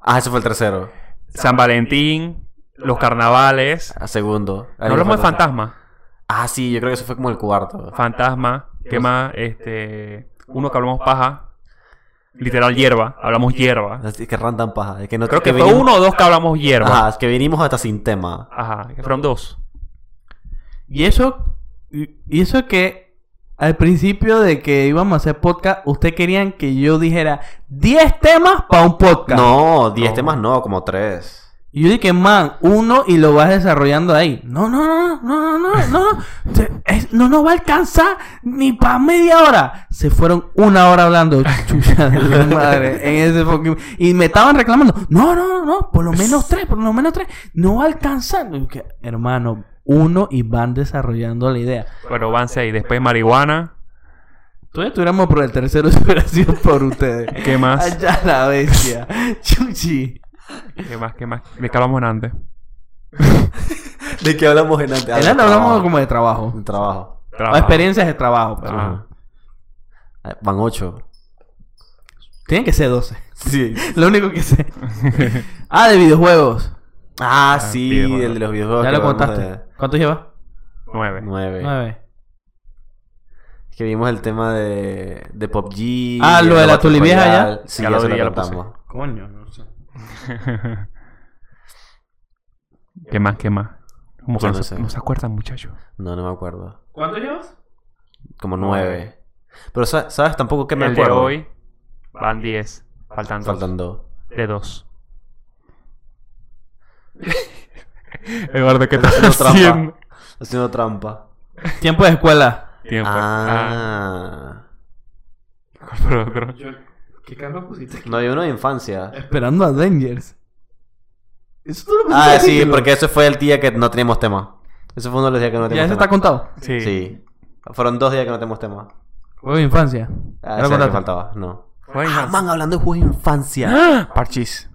S3: Ah, ese fue el tercero.
S2: San Valentín, los carnavales.
S3: Ah, segundo. Ah,
S2: No hablamos de
S3: fantasma.
S2: fantasma.
S3: Ah, sí, yo creo que ese fue como el cuarto.
S2: Fantasma. ¿Qué más? Este. Uno que hablamos paja. Literal hierba. Hablamos hierba.
S3: Así que rantan paja. Es que no,
S2: Creo que fue
S3: vinimos-
S2: uno o dos que hablamos hierba.
S3: Ajá, es que vinimos hasta sin tema.
S2: Ajá. que Fueron dos.
S1: Y eso. Y y eso que. Al principio de que íbamos a hacer podcast, ustedes querían que yo dijera 10 temas para un podcast.
S3: No, 10
S2: No.
S3: temas no, como 3.
S1: Y yo dije, man, uno y lo vas desarrollando ahí. No, no, no, no, no, no, no, no. Se- es- no nos va a alcanzar ni para media hora. Se fueron una hora hablando, chucha de la madre, en ese fucking- Y me estaban reclamando, no, no, no, no, por lo menos tres, por lo menos tres. No va a alcanzar. Y yo dije, hermano, uno y van desarrollando la idea.
S2: Pero van seis. Después marihuana.
S1: Todavía estuviéramos por el tercero si hubiera sido por ustedes.
S2: ¿Qué más?
S1: Allá la bestia. Chuchi.
S2: ¿Qué más? ¿Qué más? ¿De qué hablamos antes?
S3: Ah, ¿De qué hablamos en antes? Ah, de
S1: Era no hablamos
S3: trabajo.
S1: como de trabajo.
S3: De trabajo.
S1: O experiencias de trabajo, pero.
S2: Ajá.
S3: Ah, Van 8.
S1: Tienen que ser 12.
S3: Sí.
S1: Lo único que sé. ah, de videojuegos.
S3: Ah, sí,
S2: videojuegos.
S3: el de los videojuegos.
S1: ya
S3: que
S1: lo
S3: hablamos
S1: contaste. ¿Cuánto llevas?
S2: Nueve.
S3: De 9.
S1: Nueve.
S3: Es que vimos el tema de, de PUBG.
S1: Ah, lo de la tulivieja
S3: tulivieja
S1: ya.
S3: Sí,
S2: Ya
S3: ya
S2: lo
S3: lo,
S2: vi, ya lo puse.
S3: contamos.
S1: Coño, no sé.
S2: ¿Qué más? ¿Qué más? Como
S3: Yo
S2: que
S3: no
S2: no,
S3: sé.
S2: se, no se acuerdan, muchachos.
S3: No, no me acuerdo.
S2: ¿Cuántos llevas?
S3: Como nueve. Pero sa- sabes tampoco que me
S2: El de
S3: acuerdo.
S2: hoy van 10. Faltan,
S3: Faltan dos.
S2: dos. De dos. Eduardo, ¿qué estás
S3: Haciendo trampa.
S2: haciendo?
S3: Haciendo trampa.
S1: Tiempo de escuela.
S2: Tiempo.
S3: Ah.
S2: Ah, pero- pero- ¿Qué carro pusiste aquí?
S3: No, hay uno de infancia.
S1: Esperando a Dangers. Eso tú lo pusiste
S3: Ah,
S1: al
S3: sí,
S1: título.
S3: porque ese fue el día que no teníamos tema. Ese fue uno de los días que no
S1: Ya
S3: teníamos
S1: se
S3: tema.
S1: está contado.
S2: Sí.
S3: Sí. Fueron dos días que no teníamos tema.
S1: Juego de infancia.
S3: Ah,
S1: Ya lo
S3: ese era el
S1: contaste.
S3: que faltaba, no.
S2: Juega en
S3: Ah,
S2: Hans.
S3: man, hablando de juegos de infancia.
S2: ¡Ah! Parchís.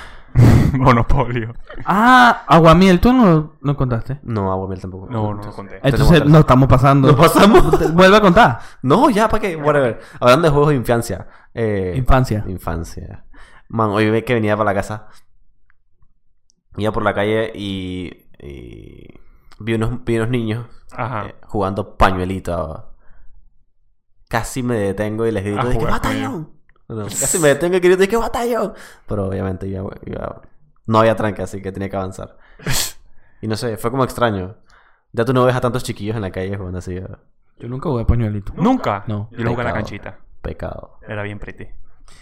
S2: Monopolio.
S1: Ah, Aguamiel, tú no, no contaste.
S3: No, agua miel tampoco.
S2: No, no lo conté.
S1: Entonces
S3: tres.
S1: nos estamos pasando.
S3: Nos pasamos.
S1: Te- Vuelve a contar.
S3: No, ya, ¿para qué? Whatever. Hablando de juegos de infancia. Eh,
S1: Infancia.
S3: Infancia. Man, hoy ve que venía para la casa. Iba por la calle y. y vi, unos, vi unos niños
S2: Ajá.
S3: eh, jugando pañuelito. Casi me detengo y les grito:
S2: A
S3: ¡Dije,
S2: jugar
S3: batallón! No, casi me detengo y grito: ¡Dije, batallón! Pero obviamente iba- iba- no había tranque, así que tenía que avanzar. Y no sé, fue como extraño. Ya tú no ves a tantos chiquillos en la calle jugando así. eh,
S1: Yo nunca jugué pañuelito.
S2: ¿Nunca?
S1: No.
S2: Yo lo jugué en la
S3: Pecado.
S2: canchita.
S3: Pecado,
S2: Era bien pretty.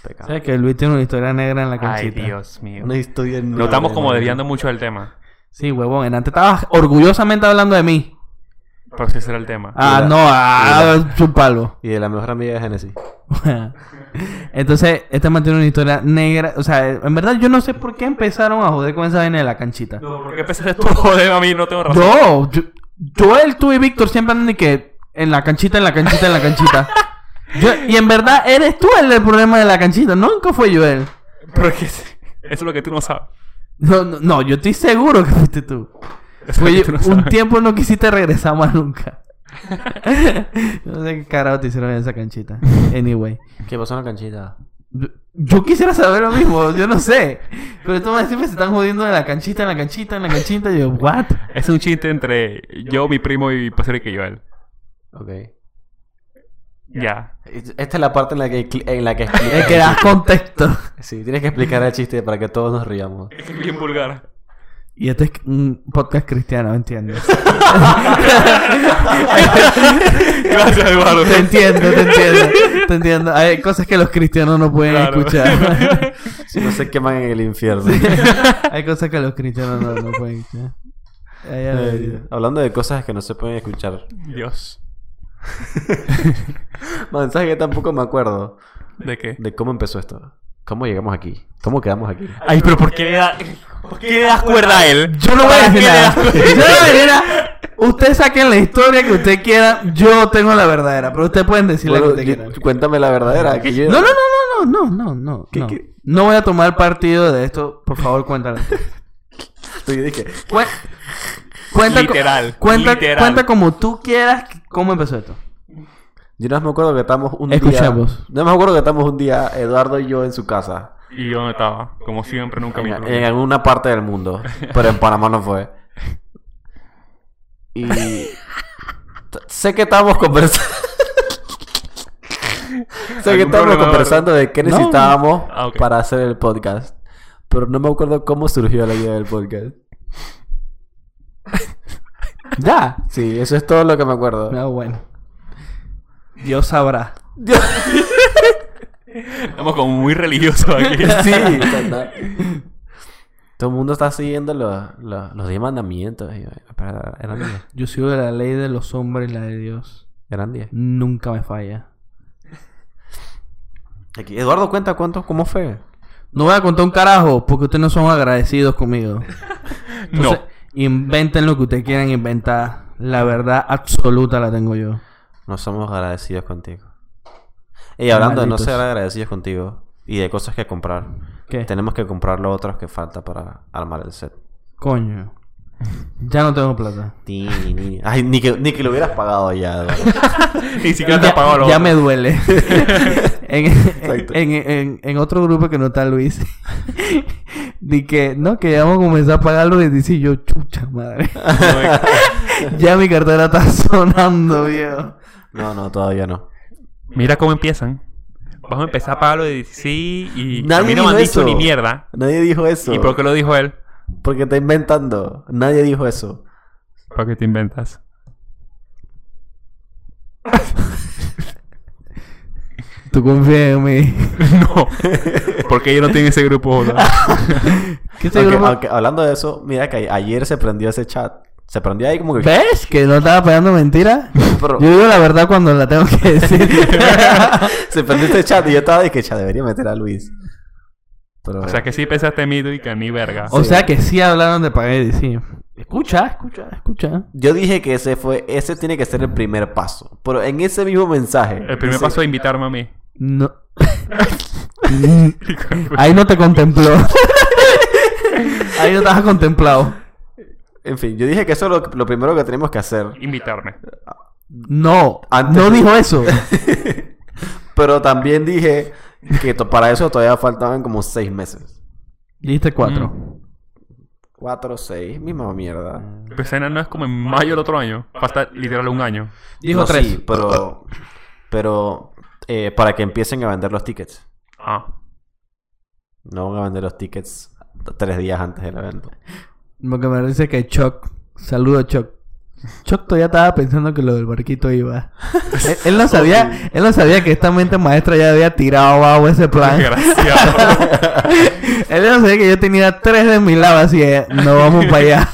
S3: pecado.
S1: ¿Sabes que Luis tiene una historia negra en la
S2: Ay,
S1: canchita?
S2: Dios mío.
S3: Una historia
S2: Nos estamos como desviando mucho del tema.
S1: Sí, huevón. En antes estabas orgullosamente hablando de mí.
S2: Pero ese era el tema.
S1: Ah,
S3: Mira,
S1: no, ah, chupalo.
S3: Y de la mejor amiga de Genesis.
S1: Entonces, este man tiene una historia negra. O sea, en verdad yo no sé por qué empezaron a joder con esa vaina de la canchita.
S2: No, ¿por qué empezaste tú a joder a mí? No tengo razón.
S1: No, yo, Joel, tú y Víctor siempre andan de que en la canchita, en la canchita, en la canchita. Yo- y en verdad eres tú el del problema de la canchita, nunca fue Joel.
S2: Pero es que eso es lo que tú no sabes.
S1: No, no, no, yo estoy seguro que fuiste tú.
S2: Eso
S1: Oye,
S2: es lo que tú no
S1: un
S2: sabes.
S1: tiempo no quisiste regresar más nunca. no sé qué carajo te hicieron en esa canchita. Anyway.
S3: ¿Qué pasó en la canchita?
S1: Yo quisiera saber lo mismo, yo no sé. Pero estos manes siempre se están jodiendo en la canchita, en la canchita, en la canchita. Y yo, ¿what?
S2: Es un chiste entre yo, mi primo y Pastor y que Joel.
S3: Ok.
S2: Ya.
S3: Esta es la parte en la que, cli- en la que
S1: Es
S3: explicas.
S1: que das contexto.
S3: Sí, tienes que explicar el chiste para que todos nos riamos.
S2: Es bien vulgar.
S1: Y este es un podcast cristiano, ¿entiendes?
S2: Gracias, Eduardo.
S1: Te entiendo, te entiendo. Te entiendo. Hay cosas que los cristianos no pueden
S2: Claro.
S1: escuchar.
S3: Si no se queman en el infierno.
S1: Hay cosas que los cristianos no, no pueden escuchar. Ay, ay, ay.
S3: Eh, hablando de cosas que no se pueden escuchar.
S2: Dios.
S3: Man, ¿sabes que tampoco me acuerdo
S2: ¿De qué?
S3: de cómo empezó esto? ¿Cómo llegamos aquí? ¿Cómo quedamos aquí?
S2: Ay, pero ¿por qué le, da- ¿por qué le das cuerda a él?
S1: Yo no voy a
S2: ¿Para
S1: decir
S2: qué le
S1: nada. Yo
S2: das
S1: no
S2: cuerda?
S1: voy a decir nada. Ustedes saquen la historia que ustedes quieran. Yo tengo la verdadera, pero ustedes pueden decir la que
S3: Bueno,
S1: ustedes
S3: yo-
S1: quieran.
S3: cuéntame la verdadera. Que yo...
S1: No, no, no, no, no, no, no, no.
S3: qué?
S1: No voy a tomar partido de esto. Por favor, cuéntala.
S3: Yo dije,
S1: Cue- Cuenta, co-
S2: Literal,
S1: cuenta,
S2: literal.
S1: cuenta como tú quieras que- cómo empezó esto.
S3: yo no me acuerdo que estamos un
S1: Escuchamos.
S3: día. No me acuerdo que estamos un día, Eduardo y yo, en su casa.
S2: Y yo no estaba. Como siempre, nunca me
S3: En, en alguna parte del mundo. Pero en Panamá no fue. Y. t- sé que estábamos conversando. sé que
S2: ¿Algún
S3: estábamos
S2: problema,
S3: conversando de qué necesitábamos
S2: Ah, ok.
S3: para hacer el podcast. Pero no me acuerdo cómo surgió la idea del podcast.
S1: Ya.
S3: Sí, eso es todo lo que me acuerdo.
S1: No, Ah, bueno. Dios sabrá.
S2: Estamos como muy religiosos aquí.
S3: sí. o sea, no. Todo el mundo está siguiendo los, los, los diez mandamientos. y- pero eran diez.
S1: Yo sigo la ley de los hombres, la de Dios.
S3: Eran diez.
S1: Nunca me falla.
S3: Aquí, Eduardo, cuenta cuántos, cómo fue.
S1: No voy a contar un carajo porque ustedes no son agradecidos conmigo.
S2: No.
S1: Entonces, Inventen lo que ustedes quieran inventar. La verdad absoluta la tengo yo.
S3: No somos agradecidos contigo. Y hablando de no
S1: Malditos.
S3: ser agradecidos contigo y de cosas que comprar,
S1: ¿Qué?
S3: tenemos que comprar lo otros que falta para armar el set.
S1: Coño. Ya no tengo plata.
S3: Ti, ni- Ay, ni que, ni que lo hubieras pagado ya, Eduardo.
S2: Ni siquiera te
S1: Ya,
S2: apagó lo
S1: ya
S2: otro.
S1: me duele. en,
S3: Exacto.
S1: en- en- en otro grupo que no está Luis. Di que, no, que ya vamos a comenzar a pagarlo y dice yo, chucha madre. ya mi cartera está sonando, viejo.
S3: No, no, todavía no.
S2: Mira cómo empiezan. Vamos a empezar a pagarlo de sí y
S3: Nadie
S2: a mí no me han
S3: dijo
S2: dicho
S3: eso.
S2: ni mierda.
S3: Nadie dijo eso.
S2: ¿Y por qué lo dijo él?
S3: Porque está inventando. Nadie dijo eso.
S2: ¿Para qué te inventas?
S1: Tú confía en mí.
S2: no. Porque ellos no tienen ese grupo. ¿no?
S4: ¿Qué te
S3: Aunque-
S4: grupo-
S3: aunque hablando de eso, mira que a- ayer se prendió ese chat. Se prendió ahí como que.
S1: ¿Ves? Que no estaba pegando mentira.
S3: Pero-
S1: Yo digo la verdad cuando la tengo que decir.
S3: se prendió ese chat y yo estaba de que chat debería meter a Luis. Pero,
S2: O sea que sí pensaste en mí y que ni verga.
S4: O sea que sí hablaron de Paguedi, sí. Escucha, escucha, escucha.
S3: Yo dije que ese fue, ese tiene que ser el primer paso. Pero en ese mismo mensaje.
S2: El primer paso es invitarme a mí.
S1: No. Ahí no te contempló. Ahí no estabas contemplado.
S3: En fin, yo dije que eso es lo, lo primero que tenemos que hacer.
S2: Invitarme.
S1: No.
S3: Antes-
S1: No dijo eso.
S3: Pero también dije que to- para eso todavía faltaban como seis meses.
S1: Dijiste cuatro.
S3: Mm. Cuatro, seis, misma mierda.
S2: Pues en- no es como en mayo del otro año. Falta literal un año.
S4: Dijo
S3: No,
S4: tres.
S3: sí, pero. Pero. eh, para que empiecen a vender los tickets.
S2: Ah.
S3: No van a vender los tickets tres días antes del evento.
S1: Lo que me dice que Chuck. Saludo, Chuck. Chuck todavía estaba pensando que lo del barquito iba. él, él no sabía, él no sabía que esta mente maestra ya había tirado abajo ese plan.
S2: Desgraciado.
S1: Él no sabía que yo tenía tres de mi lado, así es, eh, no vamos para allá.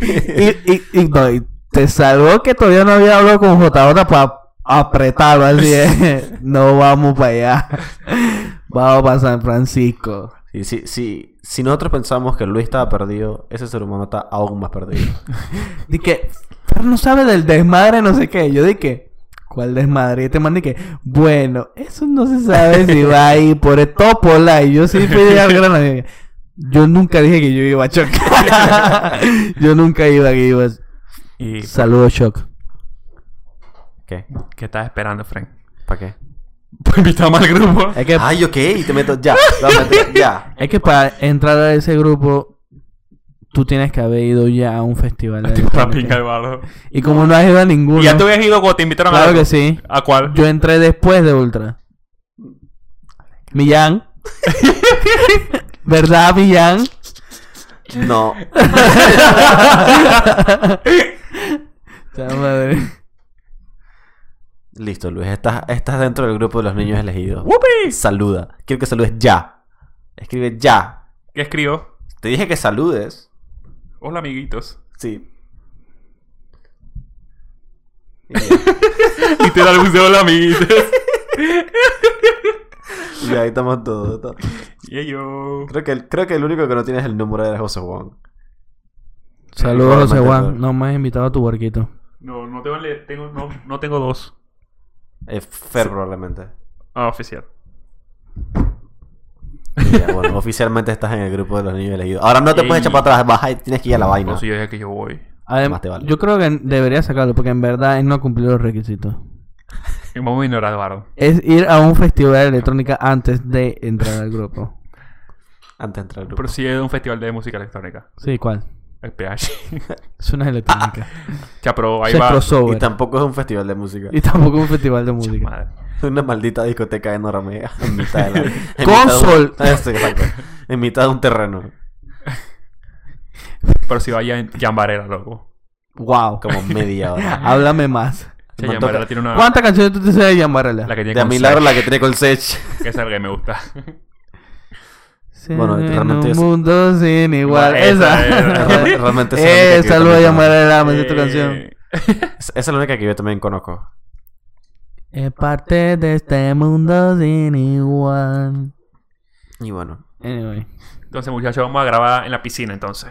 S1: y, y, y, no, y te salvó que todavía no había hablado con JJ para apretarlo, así es, no vamos para allá. Vamos para San Francisco.
S3: Y si, si, si nosotros pensamos que Luis estaba perdido, ese ser humano está aún más perdido.
S1: Dije, pero no sabe del desmadre, no sé qué. Yo dije, ¿cuál desmadre? Y este man dije, bueno, eso no se sabe si va ahí por el topola. Y yo sí fui al grano. Y dije, Yo nunca dije que yo iba a Shock. yo nunca iba que iba. a-
S2: ¿Y
S1: Saludos, Shock.
S3: ¿Qué?
S2: qué estás esperando, Frank?
S3: ¿Para qué?
S2: Pues invítame al grupo.
S1: Es que,
S3: Ay, ok, y te meto ya. lo voy a meter ya.
S1: es que para entrar a ese grupo, tú tienes que haber ido ya a un festival. de
S2: Para
S1: electrónica.
S2: pinga de barro.
S1: Y como no has ido a ninguno,
S2: ¿Y ya tú habías ido cuando te invitaron a
S1: claro
S2: algo?
S1: que sí.
S2: ¿A cuál?
S1: Yo entré después de Ultra. Millán. ¿Verdad, Millán?
S3: No.
S1: Esa madre.
S3: Listo, Luis. Estás, estás dentro del grupo de los niños elegidos.
S2: ¡Wupi!
S3: Saluda. Quiero que saludes ya. Escribe ya.
S2: ¿Qué escribo?
S3: Te dije que saludes.
S2: Hola, amiguitos.
S3: Sí.
S2: Y te da el buceo, hola, amiguitos.
S3: Y ahí estamos todos. to-
S2: Y yo.
S3: Creo que, el- creo que el único que no tiene es el número de José Juan.
S1: Saludos, José
S3: Igualmente,
S1: Juan.
S3: Eduardo.
S1: No me has invitado a tu barquito.
S2: No, no tengo, le- tengo, no, no tengo dos.
S3: Eh, Fer, probablemente.
S2: Ah, oficial.
S3: Ya, bueno, oficialmente estás en el grupo de los niños elegidos. Ahora no te
S2: Ey.
S3: puedes echar para atrás. Baja y tienes que ir a la vaina.
S2: Por si yo dije que yo voy.
S1: Además,
S3: Más te vale.
S1: yo creo que debería sacarlo porque en verdad él no cumplió los requisitos.
S2: Y vamos a ignorar a Eduardo.
S1: Es ir a un festival de electrónica antes de entrar al grupo.
S3: Antes de entrar al grupo.
S2: Pero sí es de un festival de música electrónica.
S1: Sí, ¿cuál?
S2: El PH.
S1: Es una electrónica.
S2: ya, pero ahí
S1: Eso es
S2: va.
S3: Ah, Y
S1: crossover.
S3: tampoco es un festival de música.
S1: Y tampoco un festival de música.
S2: Madre.
S3: Una maldita discoteca enorme en mitad de la... en mitad de un-
S1: Consol.
S3: Eso, exacto. En mitad de un terreno.
S2: Pero si vaya en Jan Varela, loco.
S1: Wow.
S3: Como media hora.
S1: Háblame más.
S2: Che,
S3: Me
S2: Jan
S3: toca.
S2: Varela tiene una.
S1: ¿Cuántas canciones tú te sabes de Jan Varela?
S2: Ah. La que tiene
S3: De a
S2: con
S3: milagro
S2: Sech,
S3: la que tiene con Sech.
S2: Que es la que me gusta.
S3: Bueno,
S1: en
S3: realmente
S1: un
S3: es-
S1: mundo sin igual.
S2: Bueno,
S1: esa.
S2: esa era.
S1: Esa.
S3: Realmente esa es la única
S1: eh, saludos a
S3: que yo también
S1: llamar
S3: conozco.
S1: a la de tu
S2: Eh,
S1: canción.
S3: Es- Esa es la única que yo también conozco.
S1: Es parte de este mundo sin igual.
S3: Y bueno,
S1: Anyway.
S2: Entonces, muchachos, vamos a grabar en la piscina, entonces.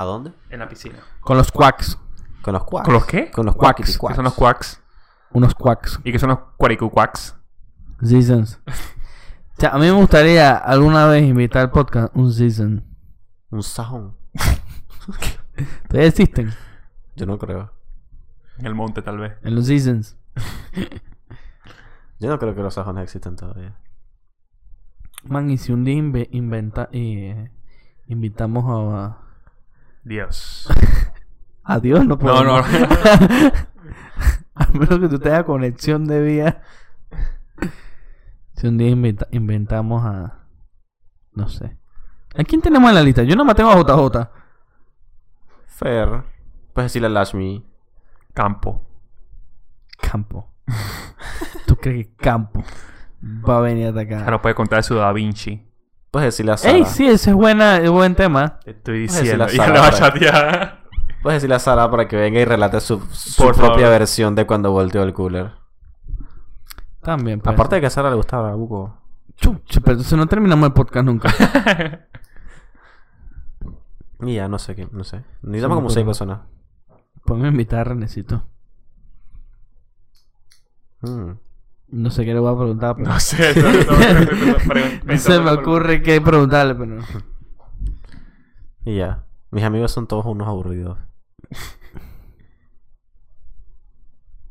S3: ¿a dónde?
S2: En la piscina.
S1: Con los quacks.
S3: Con los quacks.
S2: ¿Con los qué?
S3: Con los
S1: Quacks,
S3: quacks.
S2: Que son los quacks.
S1: Unos quacks.
S2: Y que son los cuaricuquacks.
S1: Seasons. O sea, a mí me gustaría alguna vez invitar al podcast un season.
S3: Un sajón.
S1: Todavía existen
S3: Yo no creo.
S2: En el monte, tal vez.
S1: en los seasons.
S3: Yo no creo que los sajones existen todavía.
S1: Man, y si un día inve- inventa y, eh, invitamos a.
S2: Dios.
S1: a Dios, no
S2: No,
S1: podemos.
S2: no.
S1: A menos que tú tengas conexión de vía. Si un día inventa- inventamos a. No sé. ¿A quién tenemos en la lista? Yo no me tengo a JJ.
S3: Fair. Puedes decirle a Lashmi.
S2: Campo.
S1: Campo. ¿Tú crees que Campo va a venir a atacar?
S2: Ahora puede contar su Da Vinci.
S3: Puedes decirle a Sara.
S1: Ey, sí, ese es, buena, es buen tema.
S2: Te estoy
S3: Puedes decirle
S2: diciendo. Ya
S3: a Sara
S2: lo va a
S3: ahora.
S2: chatear.
S3: Puedes decirle a Sara para que venga y relate su, su
S2: Por
S3: propia
S2: favor.
S3: versión de cuando volteó el cooler.
S1: También. pues.
S3: Aparte de que a Sara le gustaba Buco.
S1: Chucha, pero entonces no terminamos el podcast nunca.
S3: Y ya, no sé qué, no sé.
S1: Sí,
S3: Necesitamos como
S1: pero-
S3: seis personas.
S1: Podemos invitar a Renecito.
S3: Mm.
S1: No sé qué le voy a preguntar. pero-
S2: No sé. no, no, no,
S1: No se me ocurre qué preguntarle, pero...
S3: Y ya. Mis amigos son todos unos aburridos.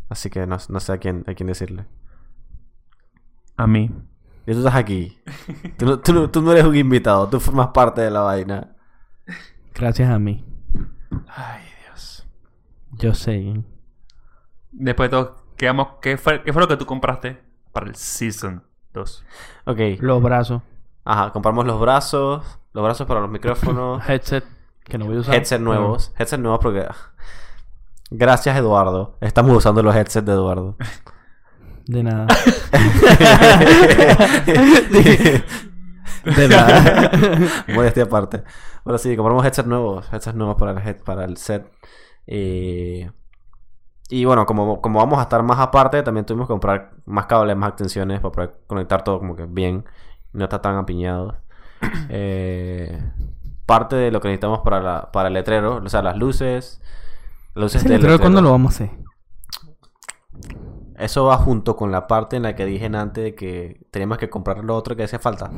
S3: Así que no, no sé a quién, a quién decirle.
S2: A mí.
S3: Y tú estás aquí. Tú no, tú no- tú no eres un invitado, tú formas parte de la vaina.
S1: Gracias a mí.
S2: Ay, Dios.
S1: Yo sé.
S2: Después de todo, quedamos. ¿Qué fue, qué fue lo que tú compraste para el Season 2?
S3: Ok.
S1: Los brazos.
S3: Ajá, compramos los brazos, los brazos para los micrófonos,
S1: Headset. Que no voy a usar.
S3: headset nuevos, headset nuevos porque... ah, Gracias Eduardo, estamos usando los headsets de Eduardo.
S1: De nada. De nada.
S3: Modestia este aparte. Bueno, sí, compramos headsets nuevos, headsets nuevos para el, head- para el set. Eh, y bueno, como, como vamos a estar más aparte, también tuvimos que comprar más cables, más extensiones para poder conectar todo como que bien. No está tan apiñado. Eh, parte de lo que necesitamos para, la- para el letrero, o sea, las luces. las Luces
S1: Ese
S3: del
S1: letrero, ¿Cuándo lo
S3: letrero.
S1: vamos a hacer?
S3: Eso va junto con la parte en la que dije antes de que teníamos que comprar lo otro que hacía falta.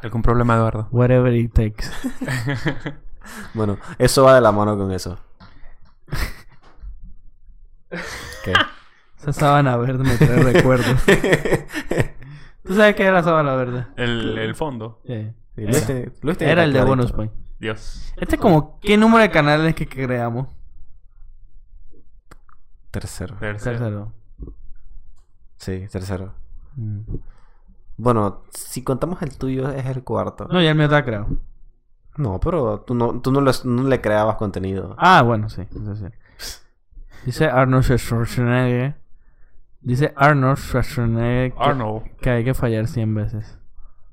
S2: ¿Algún problema, Eduardo?
S1: Whatever it takes.
S3: Bueno, eso va de la mano con eso. ¿Qué?
S1: Esa sábana verde me trae recuerdos. ¿Tú sabes qué era la sábana verde?
S2: El, el fondo.
S1: Sí.
S3: Sí, Luis te- Luis tenía
S1: Era el de
S3: clarito.
S1: bonus pues. point.
S2: Dios.
S1: Este es como, ¿qué número de canales que creamos?
S3: Tercero.
S2: Tercero.
S1: Tercero.
S3: Sí, tercero.
S1: Mm.
S3: Bueno, si contamos el tuyo es el cuarto.
S1: No, ya el mío está creado.
S3: No, pero tú no, tú no, les- no le creabas contenido.
S1: Ah, bueno, sí. eso sí. Dice Arnold Schwarzenegger. Dice Arnold Schwarzenegger. que-
S2: Arnold.
S1: Que hay que fallar 100 veces.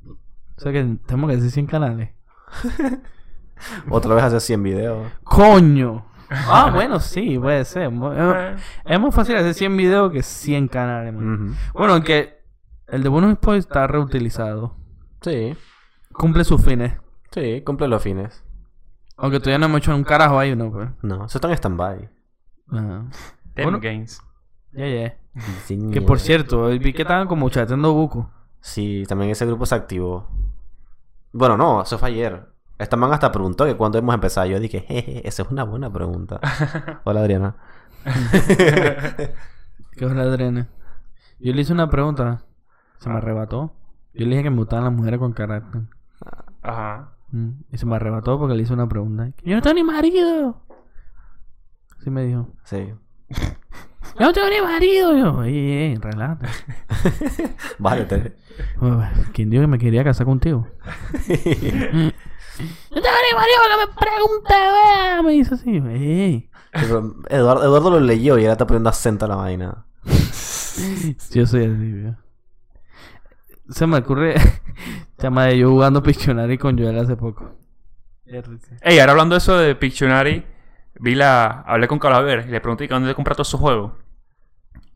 S1: O sea que tenemos que decir 100 canales.
S3: Otra vez hace 100 videos.
S1: ¡Coño! Ah, bueno, sí, puede ser. Mu-
S2: Eh,
S1: Es es más fácil hacer 100 videos que 100 canales. man.
S3: Ujú.
S1: Bueno, aunque el de Bonus Point está reutilizado.
S3: Sí,
S1: Cumple sus fines.
S3: sí, cumple los fines.
S1: Aunque todavía no hemos hecho un carajo ahí, ¿no? Pues.
S3: No, eso está en stand-by.
S1: Ajá.
S2: Ten
S1: Bueno.
S2: Games.
S1: Ya, ya.
S3: Sí,
S1: Que por cierto, hoy vi que estaban como chateando buco.
S3: Sí, también ese grupo se activó. Bueno, no, eso fue ayer. Esta man hasta preguntó que cuándo hemos empezado. Yo dije, jeje, esa es una buena pregunta. Hola, Adriana.
S1: Que es la drena. Yo le hice una pregunta. Se me arrebató. Yo le dije que me gustaban las mujeres con carácter.
S2: Ajá.
S1: Mm, Y se me arrebató porque le hice una pregunta. Yo no tengo ni marido. Así me dijo.
S3: Sí.
S1: Yo no tengo ni marido. Yo, ey, ey, relájate.
S3: Váyate.
S1: Bueno, ¿Quién dijo que me quería casar contigo? No tengo ni marido que me pregunte, vea. Me dice así. Ey,
S3: Pero Eduardo, Eduardo lo leyó y ahora está poniendo acento a la vaina.
S1: ey. Yo soy así, veo. Se me ocurre. Chama de yo jugando Pictionary con Joel hace poco.
S2: Ey, ahora hablando de eso de Pictionary, vi la. Hablé con Calaver y le pregunté que dónde le compré todos esos juegos.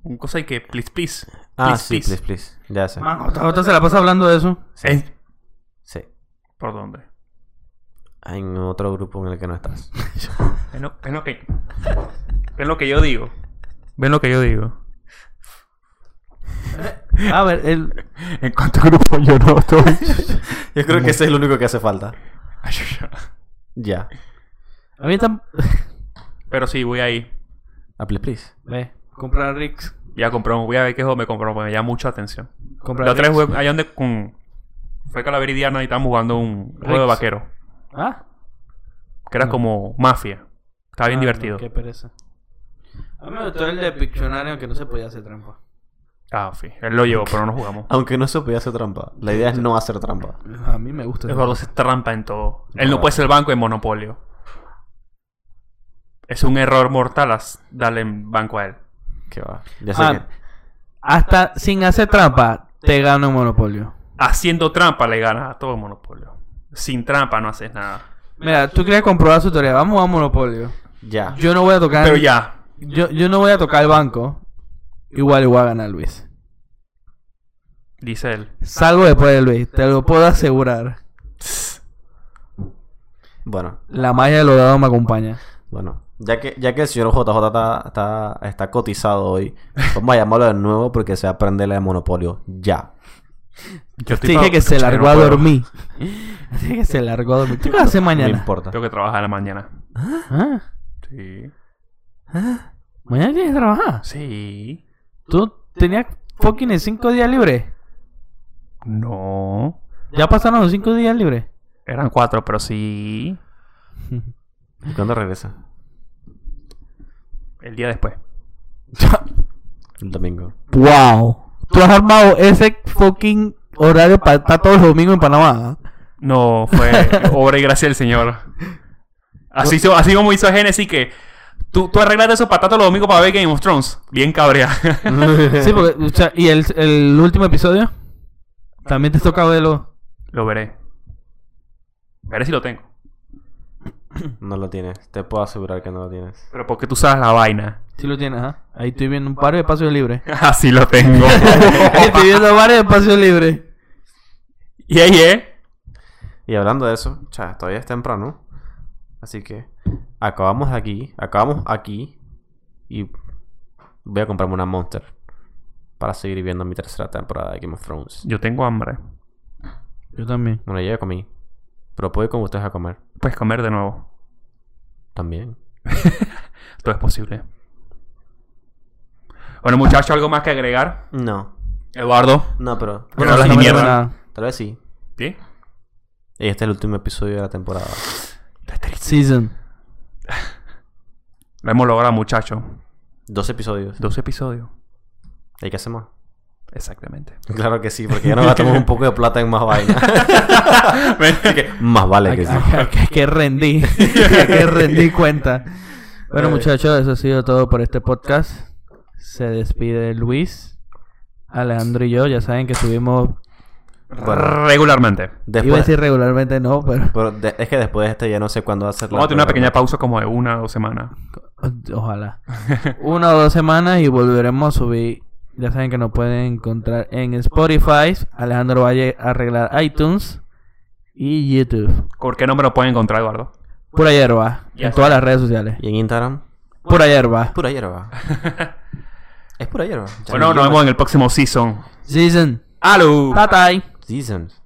S2: Un cosa y que, please, please.
S3: Ah,
S2: Please,
S3: sí,
S2: please.
S3: please, please. Ya sé.
S1: Man, otra, otra se la pasa hablando de eso.
S2: Eh,
S3: Sí.
S2: ¿Por dónde?
S3: En otro grupo en el que no estás.
S2: Ven lo, ven lo que. Ven lo que yo digo. Ven lo que yo digo.
S1: A ver, el,
S2: En cuánto grupo yo no estoy.
S3: Yo creo que ese es lo único que hace falta. Ya.
S1: a mí está.
S2: Pero sí, voy ahí.
S3: A Ah, please, please.
S1: Ve, comprar Rix.
S2: Ya compré, voy a ver qué juego me compró porque me llama mucha atención.
S1: Comprar
S2: La otra vez jugué allá donde con. Fue Calavera y Diana y estábamos jugando un juego de
S1: Rix.
S2: vaquero.
S1: Ah,
S2: Que era
S1: No.
S2: como mafia. Estaba bien
S1: Ah,
S2: divertido.
S1: no, qué pereza. A mí me gustó el de Pictionary, aunque no se podía hacer trampa.
S2: Ah, sí. Él lo llevó, pero no jugamos.
S3: Aunque no se podía hacer trampa. La idea es no hacer trampa.
S1: A mí me gusta.
S2: Eduardo se trampa en todo. Él no puede ser banco en Monopolio. Es un error mortal as- darle en banco a él.
S3: Que va. Ya sé
S1: Ah, hasta sin hacer trampa, te gano un monopolio.
S2: Haciendo trampa le ganas a todo Monopolio. Sin trampa no haces nada.
S1: Mira, tú quieres comprobar su teoría. Vamos a monopolio.
S3: que. Ya.
S1: Yo no voy a tocar.
S2: Pero ya.
S1: Yo, yo no voy a tocar el banco. Igual igual a ganar Luis.
S2: Dice él.
S1: Salgo después de Luis, te lo puedo asegurar.
S3: Bueno,
S1: La magia de los dados me acompaña.
S3: bueno. Ya que, ya que el señor JJ está, está, está cotizado hoy, vamos a llamarlo de nuevo porque se aprende la de Monopolio. Ya.
S2: Yo
S1: Te dije que se largó a dormir. Te dije que se largó a dormir. ¿Qué vas a hacer
S3: No
S1: mañana?
S3: importa.
S2: Tengo que trabajar a la mañana.
S1: Ah,
S2: Sí.
S1: Mañana tienes que trabajar.
S2: Sí.
S1: Tú tenías fucking cinco días libres.
S2: No.
S1: Ya pasaron los cinco días libres.
S2: Eran cuatro, pero sí.
S3: ¿Y cuándo regresa?
S2: El día después.
S3: El domingo.
S1: Wow. Tú has armado ese fucking horario para estar todos los domingos en Panamá. ¿ah?
S2: No, fue obra y gracia del Señor. Así, hizo- así como hizo Genesis que tú, tú arreglaste esos patatos los domingos para ver Game of Thrones. Bien cabrea.
S1: Sí, porque, o sea, y el, el último episodio también te toca verlo.
S2: lo veré. Veré si lo tengo.
S3: No lo tienes. Te puedo asegurar que no lo tienes.
S2: Pero porque tú sabes la vaina.
S1: Sí lo tienes, ajá. Ahí estoy viendo un par de espacios libres.
S2: Así lo tengo.
S1: estoy viendo varios espacios libres.
S2: yeah, yeah.
S3: Y hablando de eso, cha, todavía es temprano. Así que acabamos aquí. Acabamos aquí. Y voy a comprarme una Monster. Para seguir viendo mi tercera temporada de Game of Thrones.
S2: Yo tengo hambre.
S1: Yo también.
S3: Bueno, yo ya comí. Pero puedo ir con ustedes a comer.
S2: Puedes comer de nuevo.
S3: También.
S2: Todo es posible. Bueno, muchachos, ¿algo más que agregar?
S3: No.
S2: Eduardo.
S3: No, pero.
S2: Bueno, hablas ni
S1: me
S2: mierda.
S1: digo nada.
S3: Tal vez sí.
S2: ¿Sí?
S3: Y este es el último episodio de la temporada.
S1: Season.
S2: Lo hemos logrado, muchachos.
S3: Dos episodios.
S2: Dos episodios.
S3: ¿Y qué hacemos?
S2: Exactamente.
S3: Claro que sí, porque ya nos gastamos un poco de plata en más vaina.
S2: Así que,
S3: más vale que sí.
S1: que, que rendí. que rendí cuenta. Bueno, muchachos, eso ha sido todo por este podcast. Se despide Luis, Alejandro y yo. Ya saben que subimos.
S3: Bueno,
S2: regularmente.
S1: Iba a
S3: después.
S1: decir regularmente, no, pero.
S3: Pero de- es que después de este ya no sé cuándo va a ser la
S2: Vamos a tener una
S3: otra.
S2: pequeña pausa como de una o dos semanas.
S1: Ojalá. Una o dos semanas y volveremos a subir. Ya saben que nos pueden encontrar en Spotify. Alejandro Valle arreglar iTunes y YouTube.
S2: ¿Por qué no me lo pueden encontrar, Eduardo?
S1: Pura hierba.
S2: Ya
S1: En todas las redes sociales.
S3: ¿Y en Instagram?
S1: Pura hierba.
S3: Pura hierba. es pura hierba.
S2: Bueno, nos vemos en el próximo season.
S1: Season.
S2: ¡Aló!
S1: Bye bye.
S3: Seasons.